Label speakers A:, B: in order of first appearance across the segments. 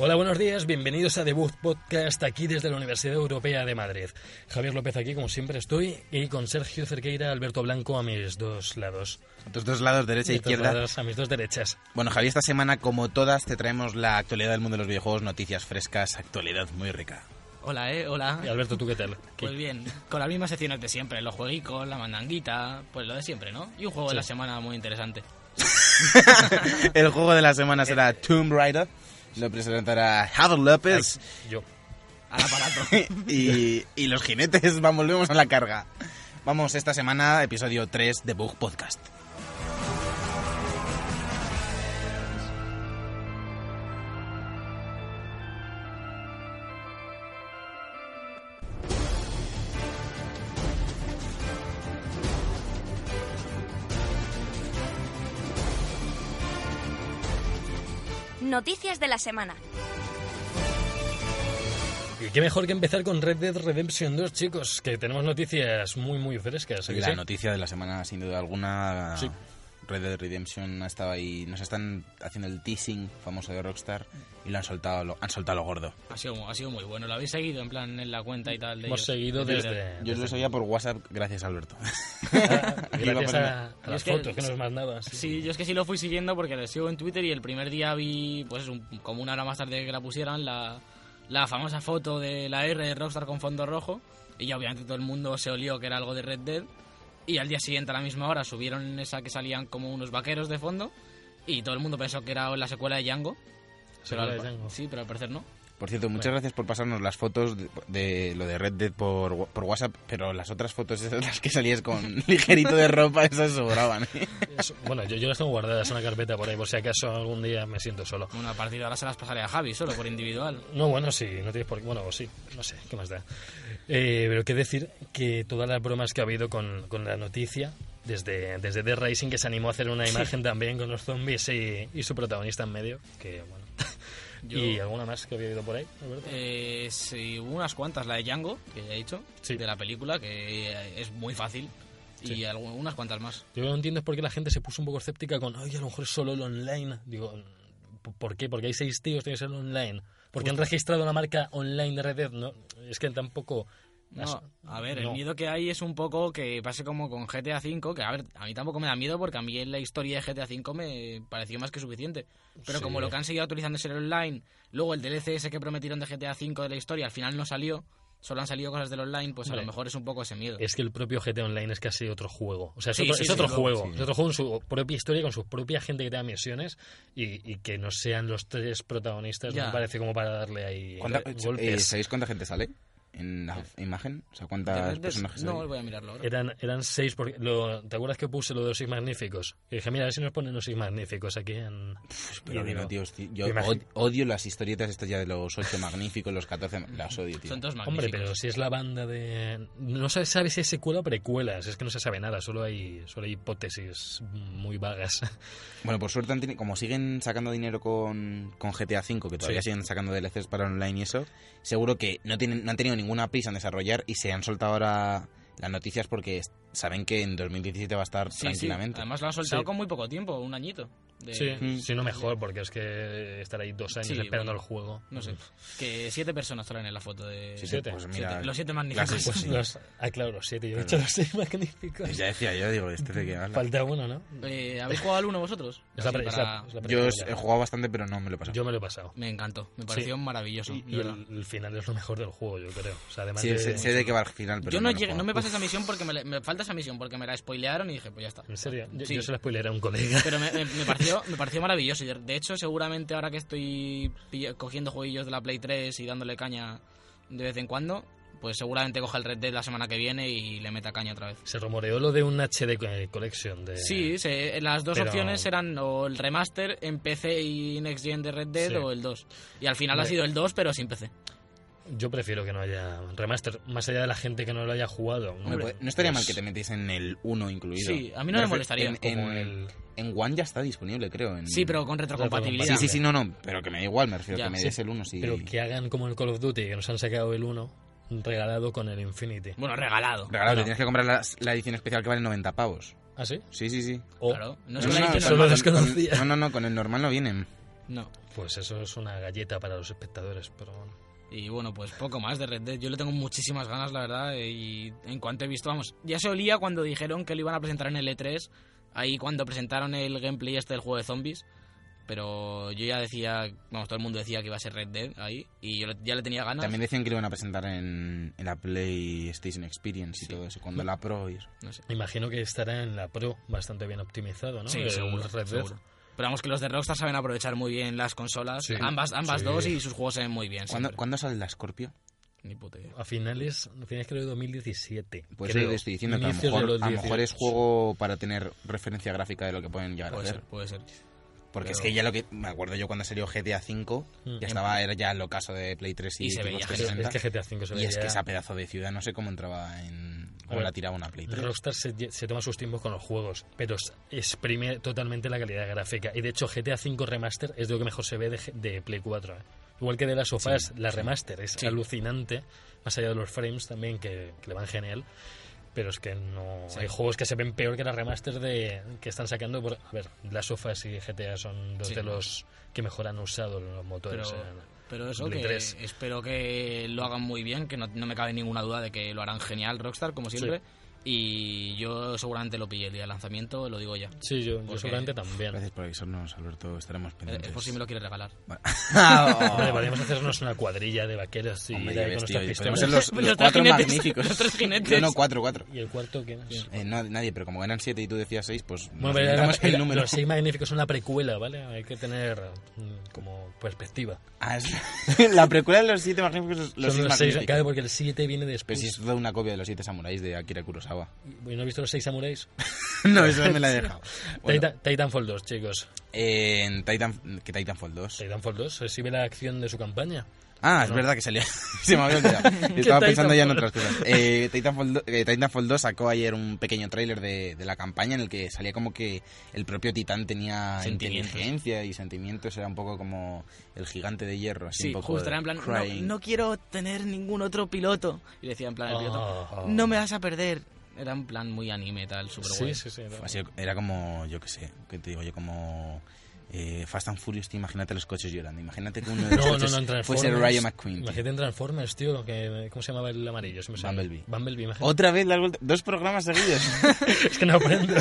A: Hola, buenos días, bienvenidos a The Booth Podcast aquí desde la Universidad Europea de Madrid. Javier López aquí, como siempre estoy, y con Sergio Cerqueira, Alberto Blanco a mis dos lados.
B: A tus dos lados, derecha e
A: Mis dos
B: izquierda.
A: lados, a mis dos derechas.
B: Bueno, Javier, esta semana, como todas, te traemos la actualidad del mundo de los videojuegos, noticias frescas, actualidad muy rica.
C: Hola, eh, hola.
A: Y Alberto, ¿tú qué tal? ¿Qué-
C: Pues bien, con las mismas secciones de siempre, los jueguicos, la mandanguita, pues lo de siempre, ¿no? Y un juego de la semana muy interesante.
B: El juego de la semana
A: Eh,
B: será Tomb Raider. Lo presentará Havel López.
A: Yo.
C: Al aparato.
B: Y, y los jinetes, vamos, volvemos a la carga. Vamos, esta semana, episodio 3 de Bug Podcast.
D: Noticias de la semana.
A: Y qué mejor que empezar con Red Dead Redemption 2, chicos, que tenemos noticias muy, muy frescas. ¿a que
B: La
A: sí?
B: noticia de la semana, sin duda alguna,
A: Sí.
B: Red Dead Redemption ha estado ahí. Nos están haciendo el teasing famoso de Rockstar y lo han soltado, lo, han soltado lo gordo.
C: Ha sido, ha sido muy bueno. ¿Lo habéis seguido en plan en la cuenta y tal de
A: Hemos
C: ellos?
A: seguido
C: De
A: desde... Ah,
C: Twitter.
B: Yo lo sabía por WhatsApp, gracias Alberto. Iba a
A: Gracias
B: ponerme-
A: a, a
C: Yo
A: las
C: es que-
A: fotos, que no es más nada. sí.
C: Sí, yo es que sí lo fui siguiendo porque lo sigo en Twitter y el primer día vi, pues un- como una hora más tarde que la pusieran, la, la famosa foto de la R de Rockstar con fondo rojo. Y ya obviamente todo el mundo se olió que era algo de Red Dead. Y al día siguiente, a la misma hora, subieron esa que salían como unos vaqueros de fondo. Y todo el mundo pensó que era la secuela de Django. Pero
A: Secuela
C: al
A: de
C: pa-
A: Django.
C: Sí, pero al parecer no.
B: Por cierto, muchas gracias por pasarnos las fotos de, de lo de Red Dead por, wa- por WhatsApp, pero las otras fotos esas las que salías con ligerito de ropa, esas sobraban. ¿eh?
A: Eso- Bueno, yo, yo las tengo guardadas en una carpeta por ahí, por si acaso algún día me siento solo.
C: Bueno, a partir de ahora se las pasaré a Javi solo por individual.
A: No, bueno, sí, no tienes por qué. Bueno, sí, no sé, ¿qué más da? Eh, pero qué decir que todas las bromas que ha habido con, con la noticia, desde, desde The Rising, que se animó a hacer una imagen también con los zombies y, y su protagonista en medio, que bueno.
C: Yo-
A: ¿Y alguna más que había habido por ahí, Alberto?
C: Eh, sí, hubo unas cuantas, la de Django, que ya he dicho,
A: Sí.
C: de la película, que eh, es muy fácil, y algu- unas cuantas más.
A: Yo no entiendo es por qué la gente se puso un poco escéptica con, oye, a lo mejor es solo el online. Digo, "¿P- ¿por qué? Porque hay seis tíos, tiene que ser el online. Porque han registrado la marca online de Red Dead, ¿no? Es que tampoco...
C: No, a ver,
A: no.
C: el miedo que hay es un poco que pase como con GTA V, que a ver, a mí tampoco me da miedo porque a mí la historia de GTA V me pareció más que suficiente. Pero
A: Sí.
C: como lo que han seguido actualizando es el online, luego el DLC ese que prometieron de GTA V de la historia al final no salió, solo han salido cosas del online, pues a
A: Hombre.
C: lo mejor es un poco ese miedo.
A: Es que el propio GTA Online es casi otro juego. O sea, es
C: Sí,
A: otro,
C: sí,
A: es
C: sí,
A: otro
C: luego,
A: juego.
B: sí.
A: Es otro juego en su propia historia, con su propia gente que tenga misiones y, y que no sean los tres protagonistas.
C: Ya.
A: Me parece como para darle ahí
B: ¿Cuánta-
A: go-
B: eh,
A: golpes.
B: ¿Sabéis cuánta gente sale en la imagen? O sea,
C: ¿De
B: ¿cuántas
C: Red Dead?
B: personajes
C: no,
B: hay?
C: voy a mirarlo ahora.
A: Eran, eran seis, porque lo- ¿te acuerdas que puse lo de los seis magníficos? Y dije, mira, a ver si nos ponen los seis magníficos aquí en...
B: Pero
A: Y
B: que
A: digo,
B: no, tío, hosti- yo
A: me imagino-
B: od- odio las historietas estas ya de los 8 magníficos, los 14, ma- las odio, tío.
C: Son todos magníficos.
A: Hombre, pero si es la banda de... No se sabe si es secuela o precuelas, es que no se sabe nada, solo hay, solo hay hipótesis muy vagas.
B: Bueno, por suerte, han teni- como siguen sacando dinero con, con GTA V, que todavía
A: Sí.
B: siguen sacando DLCs para online y eso, seguro que no, tienen, no han tenido ninguna prisa en desarrollar y se han soltado ahora las noticias porque es- saben que en 2017 va a estar
C: Sí, sí.
B: tranquilamente.
C: Además lo han soltado
A: Sí.
C: con muy poco tiempo, un añito. De,
A: Sí,
B: Mm.
A: si no mejor, porque es que estar ahí dos años
C: Sí,
A: esperando
C: bueno.
A: el juego.
C: No sé. Que siete personas traen en la foto de.
B: Sí, sí,
A: siete.
B: pues
C: siete-
B: mira,
C: los siete
B: las-
C: magníficos.
B: pues sí.
A: Los- ah, claro, los siete. Yo he hecho los seis magníficos.
B: Pues ya decía yo, digo, este de que habla.
A: Falta uno, ¿no?
C: Eh, ¿Habéis jugado al uno vosotros?
A: Es la
C: Así
A: pre- es la-
C: para-
A: es la
B: Yo
A: primera
B: os-
A: ya.
B: he jugado bastante, pero no me lo he pasado.
A: Yo me lo he pasado.
C: Me encantó, me pareció maravilloso.
A: Y,
C: de
A: y
C: verdad.
A: el, el final es lo mejor del juego, yo creo. O sea, además
B: Sí,
A: de-
B: sé, sé de qué va al final, pero
C: Yo
B: lo
C: no,
B: he
C: llegué- no
B: jugado.
C: me pasé esa misión porque me, la- me falta esa misión porque me la spoilearon y dije, pues ya está.
A: En serio, yo,
C: Sí.
A: yo se la spoileré a un colega.
C: Pero me, me- me pareció, me pareció maravilloso. y De de hecho, seguramente ahora que estoy pill- cogiendo jueguillos de la Play 3 y dándole caña de vez en cuando, pues seguramente coja el Red Dead la semana que viene y le meta caña
B: Eh,
C: otra vez.
A: Se rumoreó lo de un HD co- eh, Collection. De...
C: Sí, se- las dos
A: pero-
C: opciones eran o el remaster en PC y Next Gen de Red Dead
A: Sí.
C: o el 2. Y al final ha
A: Hombre.
C: sido el 2, pero sin PC.
A: yo prefiero que no haya remaster, más allá de la gente que no lo haya jugado.
B: Hombre,
A: Hombre,
B: pues, no estaría
A: pues,
B: mal que te metéis en el 1 incluido.
C: Sí, a mí no me
B: refiero-
C: molestaría.
B: En, en,
A: Como el...
B: en One ya está disponible, creo. en-
C: Sí, pero con retrocompatibilidad.
B: Mm. Sí, sí, sí, no, no. Pero que me da igual, me refiero
C: Ya,
B: que me
C: sí.
B: des el 1. Sí.
A: Pero que hagan como el Call of Duty, que nos han sacado el 1 regalado con el Infinity.
C: Bueno, regalado.
B: Regalado,
A: No.
B: te tienes que comprar la, la edición especial que vale 90 pavos.
A: ¿Ah, sí?
B: Sí, sí, sí.
A: O,
C: Claro. No es
A: No,
C: una
A: no,
C: edición
A: solo
C: normal.
A: desconocía.
B: No, no, no, con el normal no vienen.
C: No.
A: Pues eso es una galleta para los espectadores, pero bueno.
C: Y bueno, pues poco más de Red Dead. Yo le tengo muchísimas ganas, la verdad. eh, Y en cuanto he visto, vamos, ya se olía cuando dijeron que lo iban a presentar en el E3. Ahí cuando presentaron el gameplay este del juego de zombies. Pero yo ya decía, vamos, todo el mundo decía que iba a ser Red Dead ahí. Y yo le- ya le tenía ganas.
B: También decían que lo iban a presentar en, en la PlayStation Experience y todo eso, cuando la Pro y eso.
C: No sé.
A: Imagino que estará en la Pro bastante bien optimizado, ¿no?
C: Sí,
A: Ah, El
C: seguro,
A: Red Dead.
C: seguro. Pero vamos, que los de Rockstar saben aprovechar muy bien las consolas.
A: Sí.
C: ambas ambas
A: Sí.
C: dos y sus juegos se ven muy bien.
B: ¿Cuándo,
C: siempre.
B: ¿cuándo sale la Scorpio?
C: Ni puta idea.
A: A finales, a finales creo de 2017.
B: Pues
A: creo.
B: yo te estoy diciendo que a lo,
A: Inicios de
B: mejor,
A: los
B: a lo mejor es
A: 18.
B: juego para tener referencia gráfica de lo que pueden llegar
C: Puede
B: a hacer.
C: ser, puede ser.
B: Porque es
C: Pero-
B: que ya lo que. Me acuerdo yo cuando salió GTA V,
A: Mm.
B: ya estaba, era ya el ocaso de Play 3 y,
C: Y se
B: Xbox
C: veía,
A: Pero Es,
B: 360.
A: que GTA V se
B: y es
A: veía-
B: que esa pedazo de ciudad no sé cómo entraba en.
A: A
B: cómo
A: ver,
B: la tiraba una Play 3.
A: Rockstar se, lle- se toma sus tiempos con los juegos, pero s- exprime totalmente la calidad gráfica. Y de hecho, GTA V Remaster es de lo que mejor se ve de, G- de Play 4. ¿eh? Igual que de las sofás, la remaster es
C: Sí.
A: alucinante, más allá de los frames también, que, que le van genial. Pero es que no.
C: Sí.
A: Hay juegos que se ven peor que las remaster de, que están sacando. Por, a ver, las sofás y GTA son dos
C: Sí.
A: de los que mejor han usado los
C: Pero,
A: motores. en-
C: pero eso,
A: Play
C: que eh,
A: tres.
C: espero que lo hagan muy bien, que no, no me cabe ninguna duda de que lo harán genial Rockstar, como siempre. Y yo seguramente lo pillé el día de lanzamiento, lo digo ya.
A: Sí, yo, yo
C: Porque-
A: seguramente también.
B: Gracias por avisarnos, Alberto. Estaremos
C: Eh,
B: pendientes.
C: Es por si me lo quieres regalar.
A: Vale, podríamos hacernos una cuadrilla de vaqueros y
B: Hombre,
A: ir ahí
B: ya ves,
A: con
B: tío,
A: nuestras
B: y
A: pistolas.
B: podemos ser los,
C: Los
B: los
C: tres
B: cuatro
C: jinetes,
B: magníficos.
C: los tres jinetes.
B: No, no, cuatro, cuatro.
A: ¿Y el cuarto quién es?
B: Eh, no, nadie, pero como eran siete y tú decías seis, pues
A: Bueno,
B: nos
A: pero era-
B: inventamos el
A: era-
B: número.
A: los seis magníficos son la precuela, ¿vale? Hay que tener mm, como perspectiva.
B: Ah, es- la precuela de los siete magníficos es los
A: son
B: seis
A: los seis,
B: magníficos. Pues
A: claro, porque el siete viene
B: Pero
A: después.
B: si es toda una copia de los siete samuráis de Akira Kurosawa.
A: Y- ¿No he visto los seis samuráis?
B: no, eso me la he dejado. Bueno,
A: Titan- Titanfall 2, chicos.
B: eh, en Titan, que Titanfall 2.
A: Titanfall 2, se sirve la acción de su campaña.
B: Ah, es
A: No.
B: verdad que salió. Se me había olvidado. Estaba pensando ya en
A: Titanfall?
B: otras cosas. Eh, Titanfall, do- eh, Titanfall 2 sacó ayer un pequeño tráiler de, de la campaña en el que salía como que el propio Titán tenía
C: Sentimientos.
B: inteligencia y sentimientos. Era un poco como el gigante de hierro. Así
C: Sí,
B: un poco
C: justo era en plan, no,
B: crying.
C: no quiero tener ningún otro piloto. Y le decía en plan, el piloto,
A: Ah,
B: Oh.
C: no me vas a perder. Era en plan muy anime, tal, super
A: sí, sí, sí. no.
B: Ha sido- era como, yo qué sé, ¿qué te digo yo? Como eh, Fast and Furious, tío, imagínate los coches llorando. Imagínate que uno de
A: No,
B: los
A: no,
B: coches
A: no, en
B: fuese
A: Transformers.
B: Pues Ryan McQueen. tío.
A: Imagínate en Transformers, tío. Que, ¿Cómo se llamaba el amarillo? Se me sale.
B: Bumblebee.
A: Bumblebee, imagínate.
B: Otra vez, las vueltas- dos programas seguidos.
A: Es que no aprendo.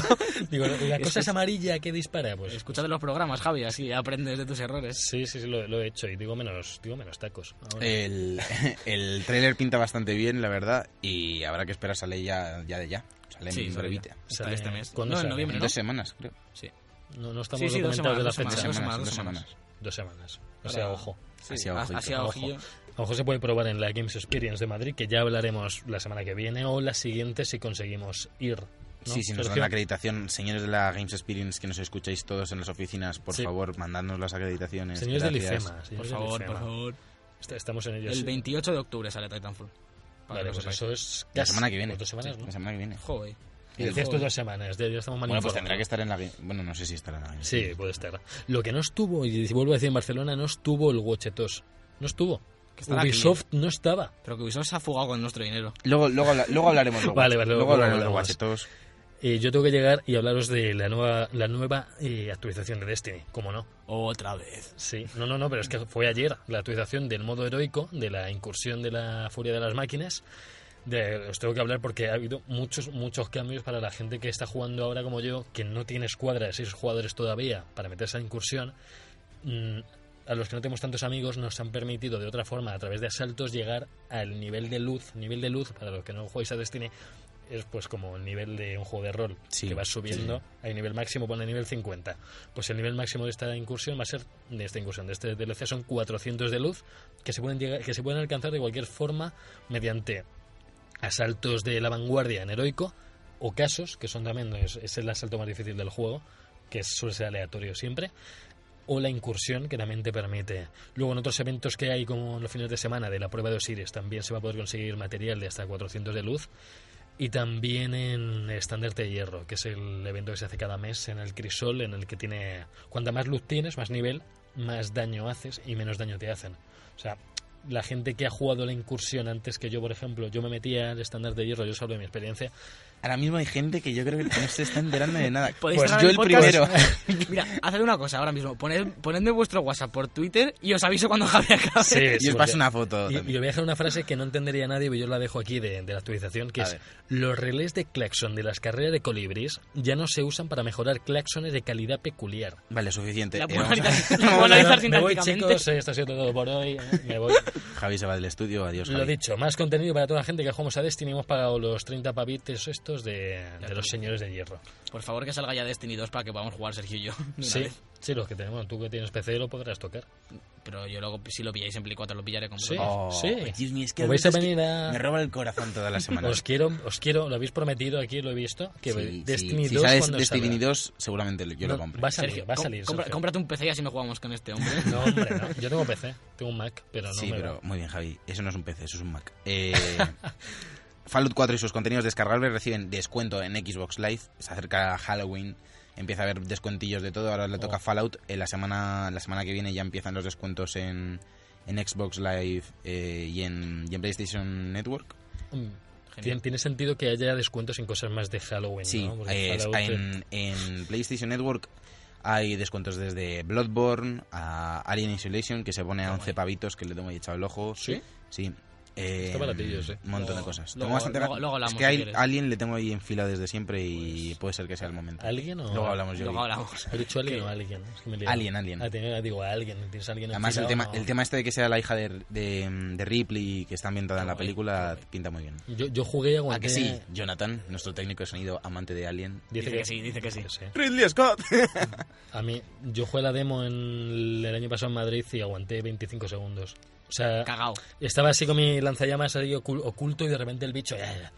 A: Digo, la cosa es amarilla que dispara, pues.
C: Escúchate los programas, Javi, así aprendes de tus errores.
A: Sí, sí, sí, lo, lo he hecho. Y digo menos, digo menos tacos. ahora.
B: el, el trailer pinta bastante bien, la verdad, y habrá que esperar sale ya, ya de ya. Sale
C: Sí,
B: en
C: sale
B: brevita.
A: Sale-
C: este mes.
A: ¿cuándo
C: No, en
A: sale?
C: noviembre,
B: En
C: ¿no?
B: dos semanas, creo.
C: Sí.
A: No, no estamos
C: Sí, sí, dos
A: documentados de la
C: semanas,
A: fecha.
C: dos
A: Dos
C: semanas.
A: semanas.
B: dos
C: semanas.
B: semanas.
A: O sea,
C: Ahora-
A: ojo.
B: Así a
C: a-
B: ojito.
C: así a
A: Ojo.
C: ojillo.
A: A lo mejor se puede probar en la Games Experience de Madrid, que ya hablaremos la semana que viene o la siguiente si conseguimos ir. ¿no,
B: Sí, si nos dan
A: Sergio?
B: la acreditación, señores de la Games Experience que nos escucháis todos en las oficinas, por
A: Sí.
B: favor, mandadnos las acreditaciones.
A: Señores del
B: gracias.
A: IFEMA. señores
C: Por
A: del
C: favor,
A: IFEMA.
C: por favor.
A: Est- Estamos en ellos.
C: El 28 de octubre sale Titanfall. Para
A: Vale,
C: que lo
A: pues
C: sepáis.
A: eso es.
B: La
A: casi-
B: semana que viene.
A: pues dos semanas,
B: Sí,
A: ¿no?
B: La semana que viene.
C: Joder.
A: Y decías tú dos semanas, ya ya estamos mal
B: Bueno, pues
A: informados.
B: tendrá que estar en la Game- Bueno, no sé si estará en la Game.
A: Sí, puede estar. Lo que no estuvo, y vuelvo a decir en Barcelona, no estuvo el Watch 2. No estuvo.
C: Que estará aquí.
A: Ubisoft no estaba.
C: Pero que Ubisoft se ha fugado con nuestro dinero.
B: Luego, luego, habla- luego hablaremos de
A: Vale,
B: Watch-
A: vale,
B: luego
A: luego
B: hablaremos de
A: hablamos.
B: Watch Dogs.
A: Eh, yo tengo que llegar y hablaros de la nueva, la nueva eh, actualización de Destiny, ¿cómo no?
C: Otra vez.
A: Sí, no, no, no, pero es que fue ayer la actualización del modo heroico, de la incursión de la furia de las máquinas. De, os tengo que hablar porque ha habido muchos, muchos cambios para la gente que está jugando ahora como yo, que no tiene escuadra de seis jugadores todavía para meterse a la incursión. Mm, a los que no tenemos tantos amigos nos han permitido de otra forma, a través de asaltos, llegar al nivel de luz. Nivel de luz, para los que no jugáis a Destiny, es pues como el nivel de un juego de rol,
B: Sí,
A: que vas subiendo, hay nivel máximo, pone nivel 50. Pues el nivel máximo de esta incursión va a ser, de esta incursión, de este DLC son 400 de luz, que se pueden, llegar, que se pueden alcanzar de cualquier forma mediante asaltos de la vanguardia en heroico o casos, que son también es, es el asalto más difícil del juego, que suele ser aleatorio siempre, o la incursión, que también te permite. Luego, en otros eventos que hay, como los fines de semana de la prueba de Osiris, también se va a poder conseguir material de hasta 400 de luz. Y también en Estandarte de Hierro, que es el evento que se hace cada mes en el Crisol, en el que tiene. Cuanta más luz tienes, más nivel, más daño haces y menos daño te hacen. O sea, la gente que ha jugado la incursión antes que yo, por ejemplo, yo me metía al Estandarte de Hierro, yo os hablo de mi experiencia.
B: Ahora mismo hay gente que yo creo que no se está enterando de nada.
C: Podéis
B: Pues
C: cerrar
B: yo el
C: podcast.
B: primero.
C: Mira, haced una cosa ahora mismo. Poned, ponedme vuestro WhatsApp por Twitter y os aviso cuando Javi acabe.
B: Y os
A: porque-
B: paso una foto.
A: Y, y os
B: también.
A: voy a dejar una frase que no entendería nadie, pero yo la dejo aquí de, de la actualización, que
B: A
A: es
B: ver.
A: los relés de claxon de las carreras de colibris ya no se usan para mejorar claxones de calidad peculiar.
B: Vale, suficiente.
C: La
B: Eh,
C: puedo
B: vamos a-
C: analizar, la puedo
A: Bueno,
C: analizar
A: me voy
C: sintácticamente.
A: chicos, eh, esto ha sido todo por hoy, eh, me voy.
B: Javi se va del estudio, adiós.
A: Lo
B: Javi.
A: dicho, más contenido para toda la gente que jugamos a Destiny, hemos pagado los 30 pavites estos de, de los señores de hierro.
C: Por favor, que salga ya Destiny 2 para que podamos jugar Sergio y yo. de una
A: Sí,
C: vez.
A: sí, los que tenemos, tú que tienes PC lo podrás tocar.
C: Pero yo luego, si lo pilláis en Play 4, lo pillaré con
A: Sí.
C: Play.
B: Oh,
A: Sí.
B: Dios mío, es que
A: ¿O vais a
B: es que
A: venir a-
B: Me roba el corazón todas las semanas.
A: Os quiero, os quiero, lo habéis prometido aquí, lo he visto, que
B: Sí,
A: Destiny
B: sí.
A: 2
B: si sales
A: cuando
B: Destiny
A: salga.
B: 2, seguramente lo- yo lo
A: No,
B: compro.
A: Va a salir,
C: Sergio,
A: va a
C: com-
A: salir.
C: compra-
A: Sergio.
C: cómprate un PC y así me jugamos con este hombre.
A: No, hombre, no. Yo tengo PC, tengo un Mac, pero no
B: sí,
A: me va.
B: pero muy bien, Javi. Eso no es un PC, eso es un Mac. Eh, Fallout 4 y sus contenidos descargables reciben descuento en Xbox Live. Se acerca Halloween, empieza a haber descuentillos de todo. Ahora le toca
A: Oh.
B: Fallout. Eh, la, semana, la semana que viene ya empiezan los descuentos en, en Xbox Live eh, y, en, y en PlayStien Network.
A: Mm.
C: Genial.
A: Tien- Tiene sentido que haya descuentos en cosas más de Halloween,
B: Sí,
A: ¿no? Porque
B: eh,
A: Fallout, eh,
B: en, en PlayStation Network hay descuentos desde Bloodborne a Alien Isolation, que se pone a
C: Toma
B: 11
C: ahí.
B: pavitos, que le tengo ahí echado el ojo.
A: ¿Sí?
B: Sí. Eh,
A: Está baratillo, sí.
B: Un montón de
C: Luego-
B: cosas.
C: luego-
B: Tengo bastante-
C: luego- luego hablamos,
B: es
C: si
B: que hay-
C: quieres. Pues,
B: Alien le tengo ahí en fila desde siempre y puede ser que sea el momento.
A: ¿Alguien o-
B: Luego hablamos yo.
C: Luego hablamos.
A: ¿He dicho alguien
C: ¿Qué?
A: o alguien? Es que me he liado.
B: Alien, alien.
A: Ah, tenía- digo, alguien. ¿Tienes alguien en
B: Además, el
A: fila
B: tema,
A: o no?
B: el tema este de que sea la hija de, de, de Ripley que está ambientada en la
C: Está guay,
B: película
C: está guay.
B: pinta muy bien.
A: Yo, yo jugué y
B: ¿A
A: aguanté.
B: Ah, que sí? Jonathan, nuestro técnico de sonido, amante de Alien.
C: Dice que sí, dice que sí.
B: ¡Ridley Scott!
A: A mí, yo jugué la demo en el, el año pasado en Madrid y aguanté 25 segundos. O sea,
C: Cagao.
A: estaba así con mi lanzallamas ahí ocul- oculto y de repente el bicho. ya, ya.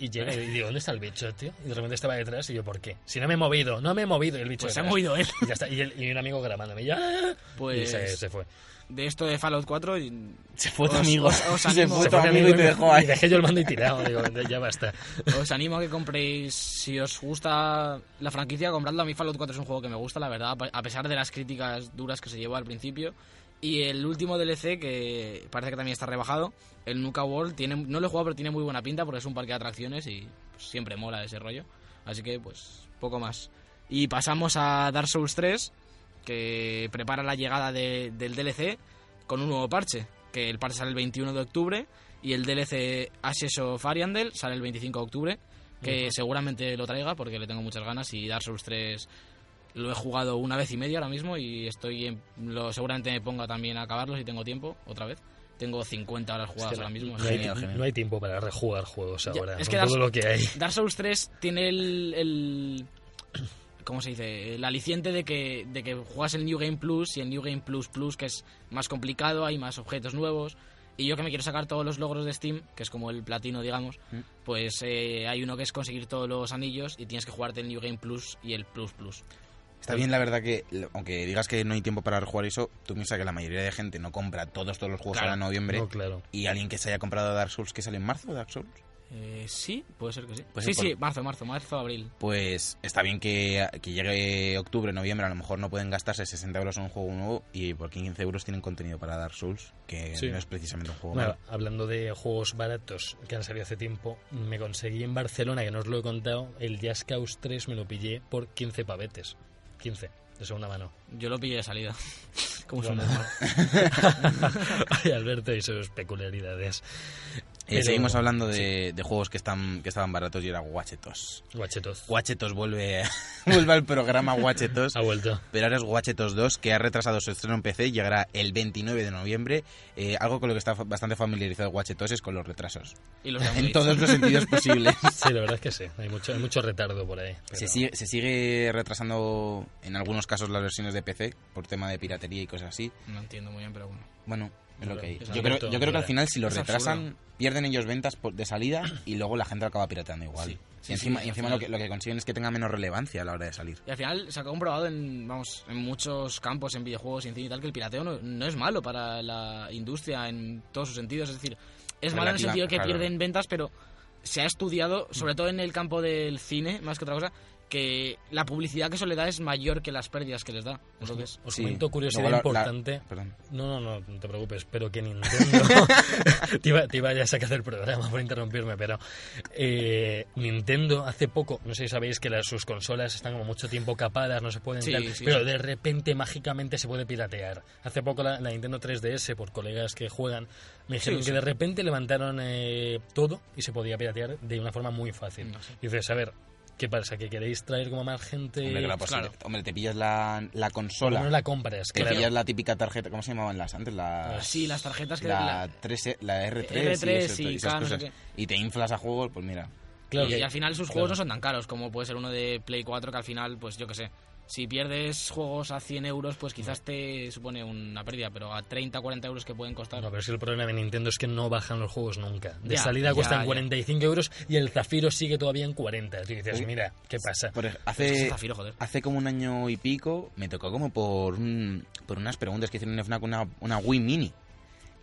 A: Y, y llego y digo, ¿dónde está el bicho, tío? Y de repente estaba detrás y yo, ¿por qué? Si no me he movido, no me he movido. Y el bicho.
C: Pues se ha
A: detrás.
C: movido él.
A: Y ya está. Y, el- y un amigo grabándome. Ya.
C: Pues-
A: Y se, se fue.
C: De esto de Fallout 4. y-
B: Se fue tu
C: Os-
B: amigo.
C: os- os
B: se
C: animo.
B: fue
C: Se
B: tu
C: fue mi
B: amigo y te
A: me-
B: dejó ahí.
A: y dejé yo el mando y tirado. Digo, ya basta.
C: Os animo a que compréis, si os gusta la franquicia, compradla. A mí Fallout 4 es un juego que me gusta, la verdad, a pesar de las críticas duras que se llevó al principio. Y el último DLC, que parece que también está rebajado, el Nuka World, tiene, no lo he jugado, pero tiene muy buena pinta porque es un parque de atracciones y pues, siempre mola ese rollo. Así que, pues, poco más. Y pasamos a Dark Souls 3, que prepara la llegada de- del DLC con un nuevo parche, que el parche sale el 21 de octubre y el DLC Ashes of Ariandel sale el 25 de octubre, que
A: pues.
C: seguramente lo traiga porque le tengo muchas ganas y Dark Souls 3 lo he jugado una vez y media ahora mismo y estoy en, lo seguramente me ponga también a acabarlo si tengo tiempo otra vez. Tengo 50 horas jugadas
A: que
C: ahora mismo.
A: No hay,
B: Genial,
A: ti-
B: genial.
A: no hay tiempo para rejugar juegos
C: Ya,
A: ahora.
C: es
A: Es
C: que
A: que
C: das-
A: todo lo que hay.
C: Dark Souls 3 tiene el, el- ¿Cómo se dice? El aliciente de que, de que juegas el New Game Plus y el New Game Plus Plus, que es más complicado, hay más objetos nuevos. Y yo que me quiero sacar todos los logros de Steam, que es como el platino, digamos,
B: Mm.
C: pues eh, hay uno que es conseguir todos los anillos y tienes que jugarte el New Game Plus y el Plus Plus.
B: Está bien, la verdad que, lo- aunque digas que no hay tiempo para jugar eso, tú piensas que la mayoría de gente no compra todos, todos los juegos
C: Claro.
B: ahora en noviembre.
A: No, claro.
B: Y alguien que se haya comprado Dark Souls, que sale en marzo, Dark Souls,
C: Eh, sí, puede ser que sí.
B: Pues
C: sí,
B: sí, por-
C: sí, marzo, marzo, marzo, abril.
B: pues está bien que, que llegue octubre, noviembre, a lo mejor no pueden gastarse 60 euros en un juego nuevo y por 15 euros tienen contenido para Dark Souls, que
A: Sí.
B: no es precisamente un juego
A: Bueno,
B: malo.
A: hablando de juegos baratos que han salido hace tiempo, me conseguí en Barcelona, que no os lo he contado, el Jazz Cause 3 me lo pillé por 15 pavetes. 15, de segunda mano.
C: Yo lo pillé de salida. como
A: Bueno.
C: suena?
A: Ay, Alberto y sus peculiaridades.
B: Eh,
A: pero-
B: seguimos hablando de, de juegos que, están, que estaban baratos y era Guachetos.
A: Guachetos.
B: Guachetos vuelve, vuelve al programa Guachetos.
A: Ha vuelto.
B: Pero ahora es Guachetos 2, que ha retrasado su estreno en PC y llegará el 29 de noviembre. Eh, algo con lo que está fa- bastante familiarizado Guachetos es con los retrasos.
C: Y los
B: En
C: downgrades.
B: todos los sentidos posibles.
A: Sí, la verdad es que sí. Hay mucho, hay mucho retardo por ahí. pero-
B: Se sigue, se sigue retrasando en algunos casos las versiones de PC por tema de piratería y cosas así.
C: No entiendo muy bien, pero bueno.
B: Bueno, es lo que hay.
C: Es
B: Yo creo,
A: absurdo,
B: yo creo que al
A: mira.
B: final si los
C: Es
B: retrasan pierden ellos ventas por- de salida y luego la gente lo acaba pirateando igual.
C: Sí. Sí,
B: y encima,
C: sí,
B: y
C: al
B: encima
C: final.
B: lo, que, lo que consiguen es que tenga menos relevancia a la hora de salir.
C: Y al final se ha comprobado en, vamos, en muchos campos, en videojuegos y en cine y tal, que el pirateo no, no es malo para la industria en todos sus sentidos. Es decir, es malo en el
B: Relativa-
C: sentido que
B: claro.
C: pierden ventas, pero se ha estudiado, sobre todo en el campo del cine, más que otra cosa, que la publicidad que eso le da es mayor que las pérdidas que les da. Entonces,
A: Os
B: Sí.
A: comento curiosidad
B: Luego la- la-
A: importante.
B: Perdón.
A: No, no, no, no te preocupes, pero que Nintendo... te, iba, te iba ya a sacar del programa por interrumpirme, pero eh, Nintendo hace poco, no sé si sabéis que las, sus consolas están como mucho tiempo capadas, no se pueden...
C: Sí,
A: tal,
C: sí.
A: pero de repente, mágicamente, se puede piratear. Hace poco la, la Nintendo 3DS, por colegas que juegan, me dijeron
C: Sí,
A: que
C: sí.
A: de repente levantaron eh, todo y se podía piratear de una forma muy fácil.
C: No sé.
A: Y dices, a ver, ¿qué pasa? ¿Que queréis traer como más gente?
B: Hombre, que la posibilidad- hombre, te pillas la, la
A: Por lo
B: consola.
A: menos la compras,
B: te
A: claro.
B: pillas la típica tarjeta. ¿Cómo se llamaban las antes? La,
C: sí, las tarjetas que...
B: la,
C: la-
B: 3, la R3,
C: R3
B: y, eso,
C: y
B: esas
C: K, no sé
B: cosas. y te inflas a juegos, pues mira.
A: Claro
C: y,
A: que-
C: y al final sus juegos
A: claro.
C: no son tan caros como puede ser uno de Play 4 que al final, pues yo qué sé, si pierdes juegos a 100 euros, pues quizás te supone una pérdida, pero a 30, 40 euros que pueden costar...
A: No, pero es que el problema de Nintendo es que no bajan los juegos nunca. De
C: Ya,
A: salida
C: ya,
A: cuestan
C: ya.
A: 45 euros y el Zafiro sigue todavía en 40. Y dices,
B: Uy.
A: mira, ¿qué pasa?
B: Por ej-
C: Es
B: hace,
C: Zafiro, joder.
B: hace como un año y pico me tocó como por, un- por unas preguntas que hicieron en FNAC una, una Wii Mini.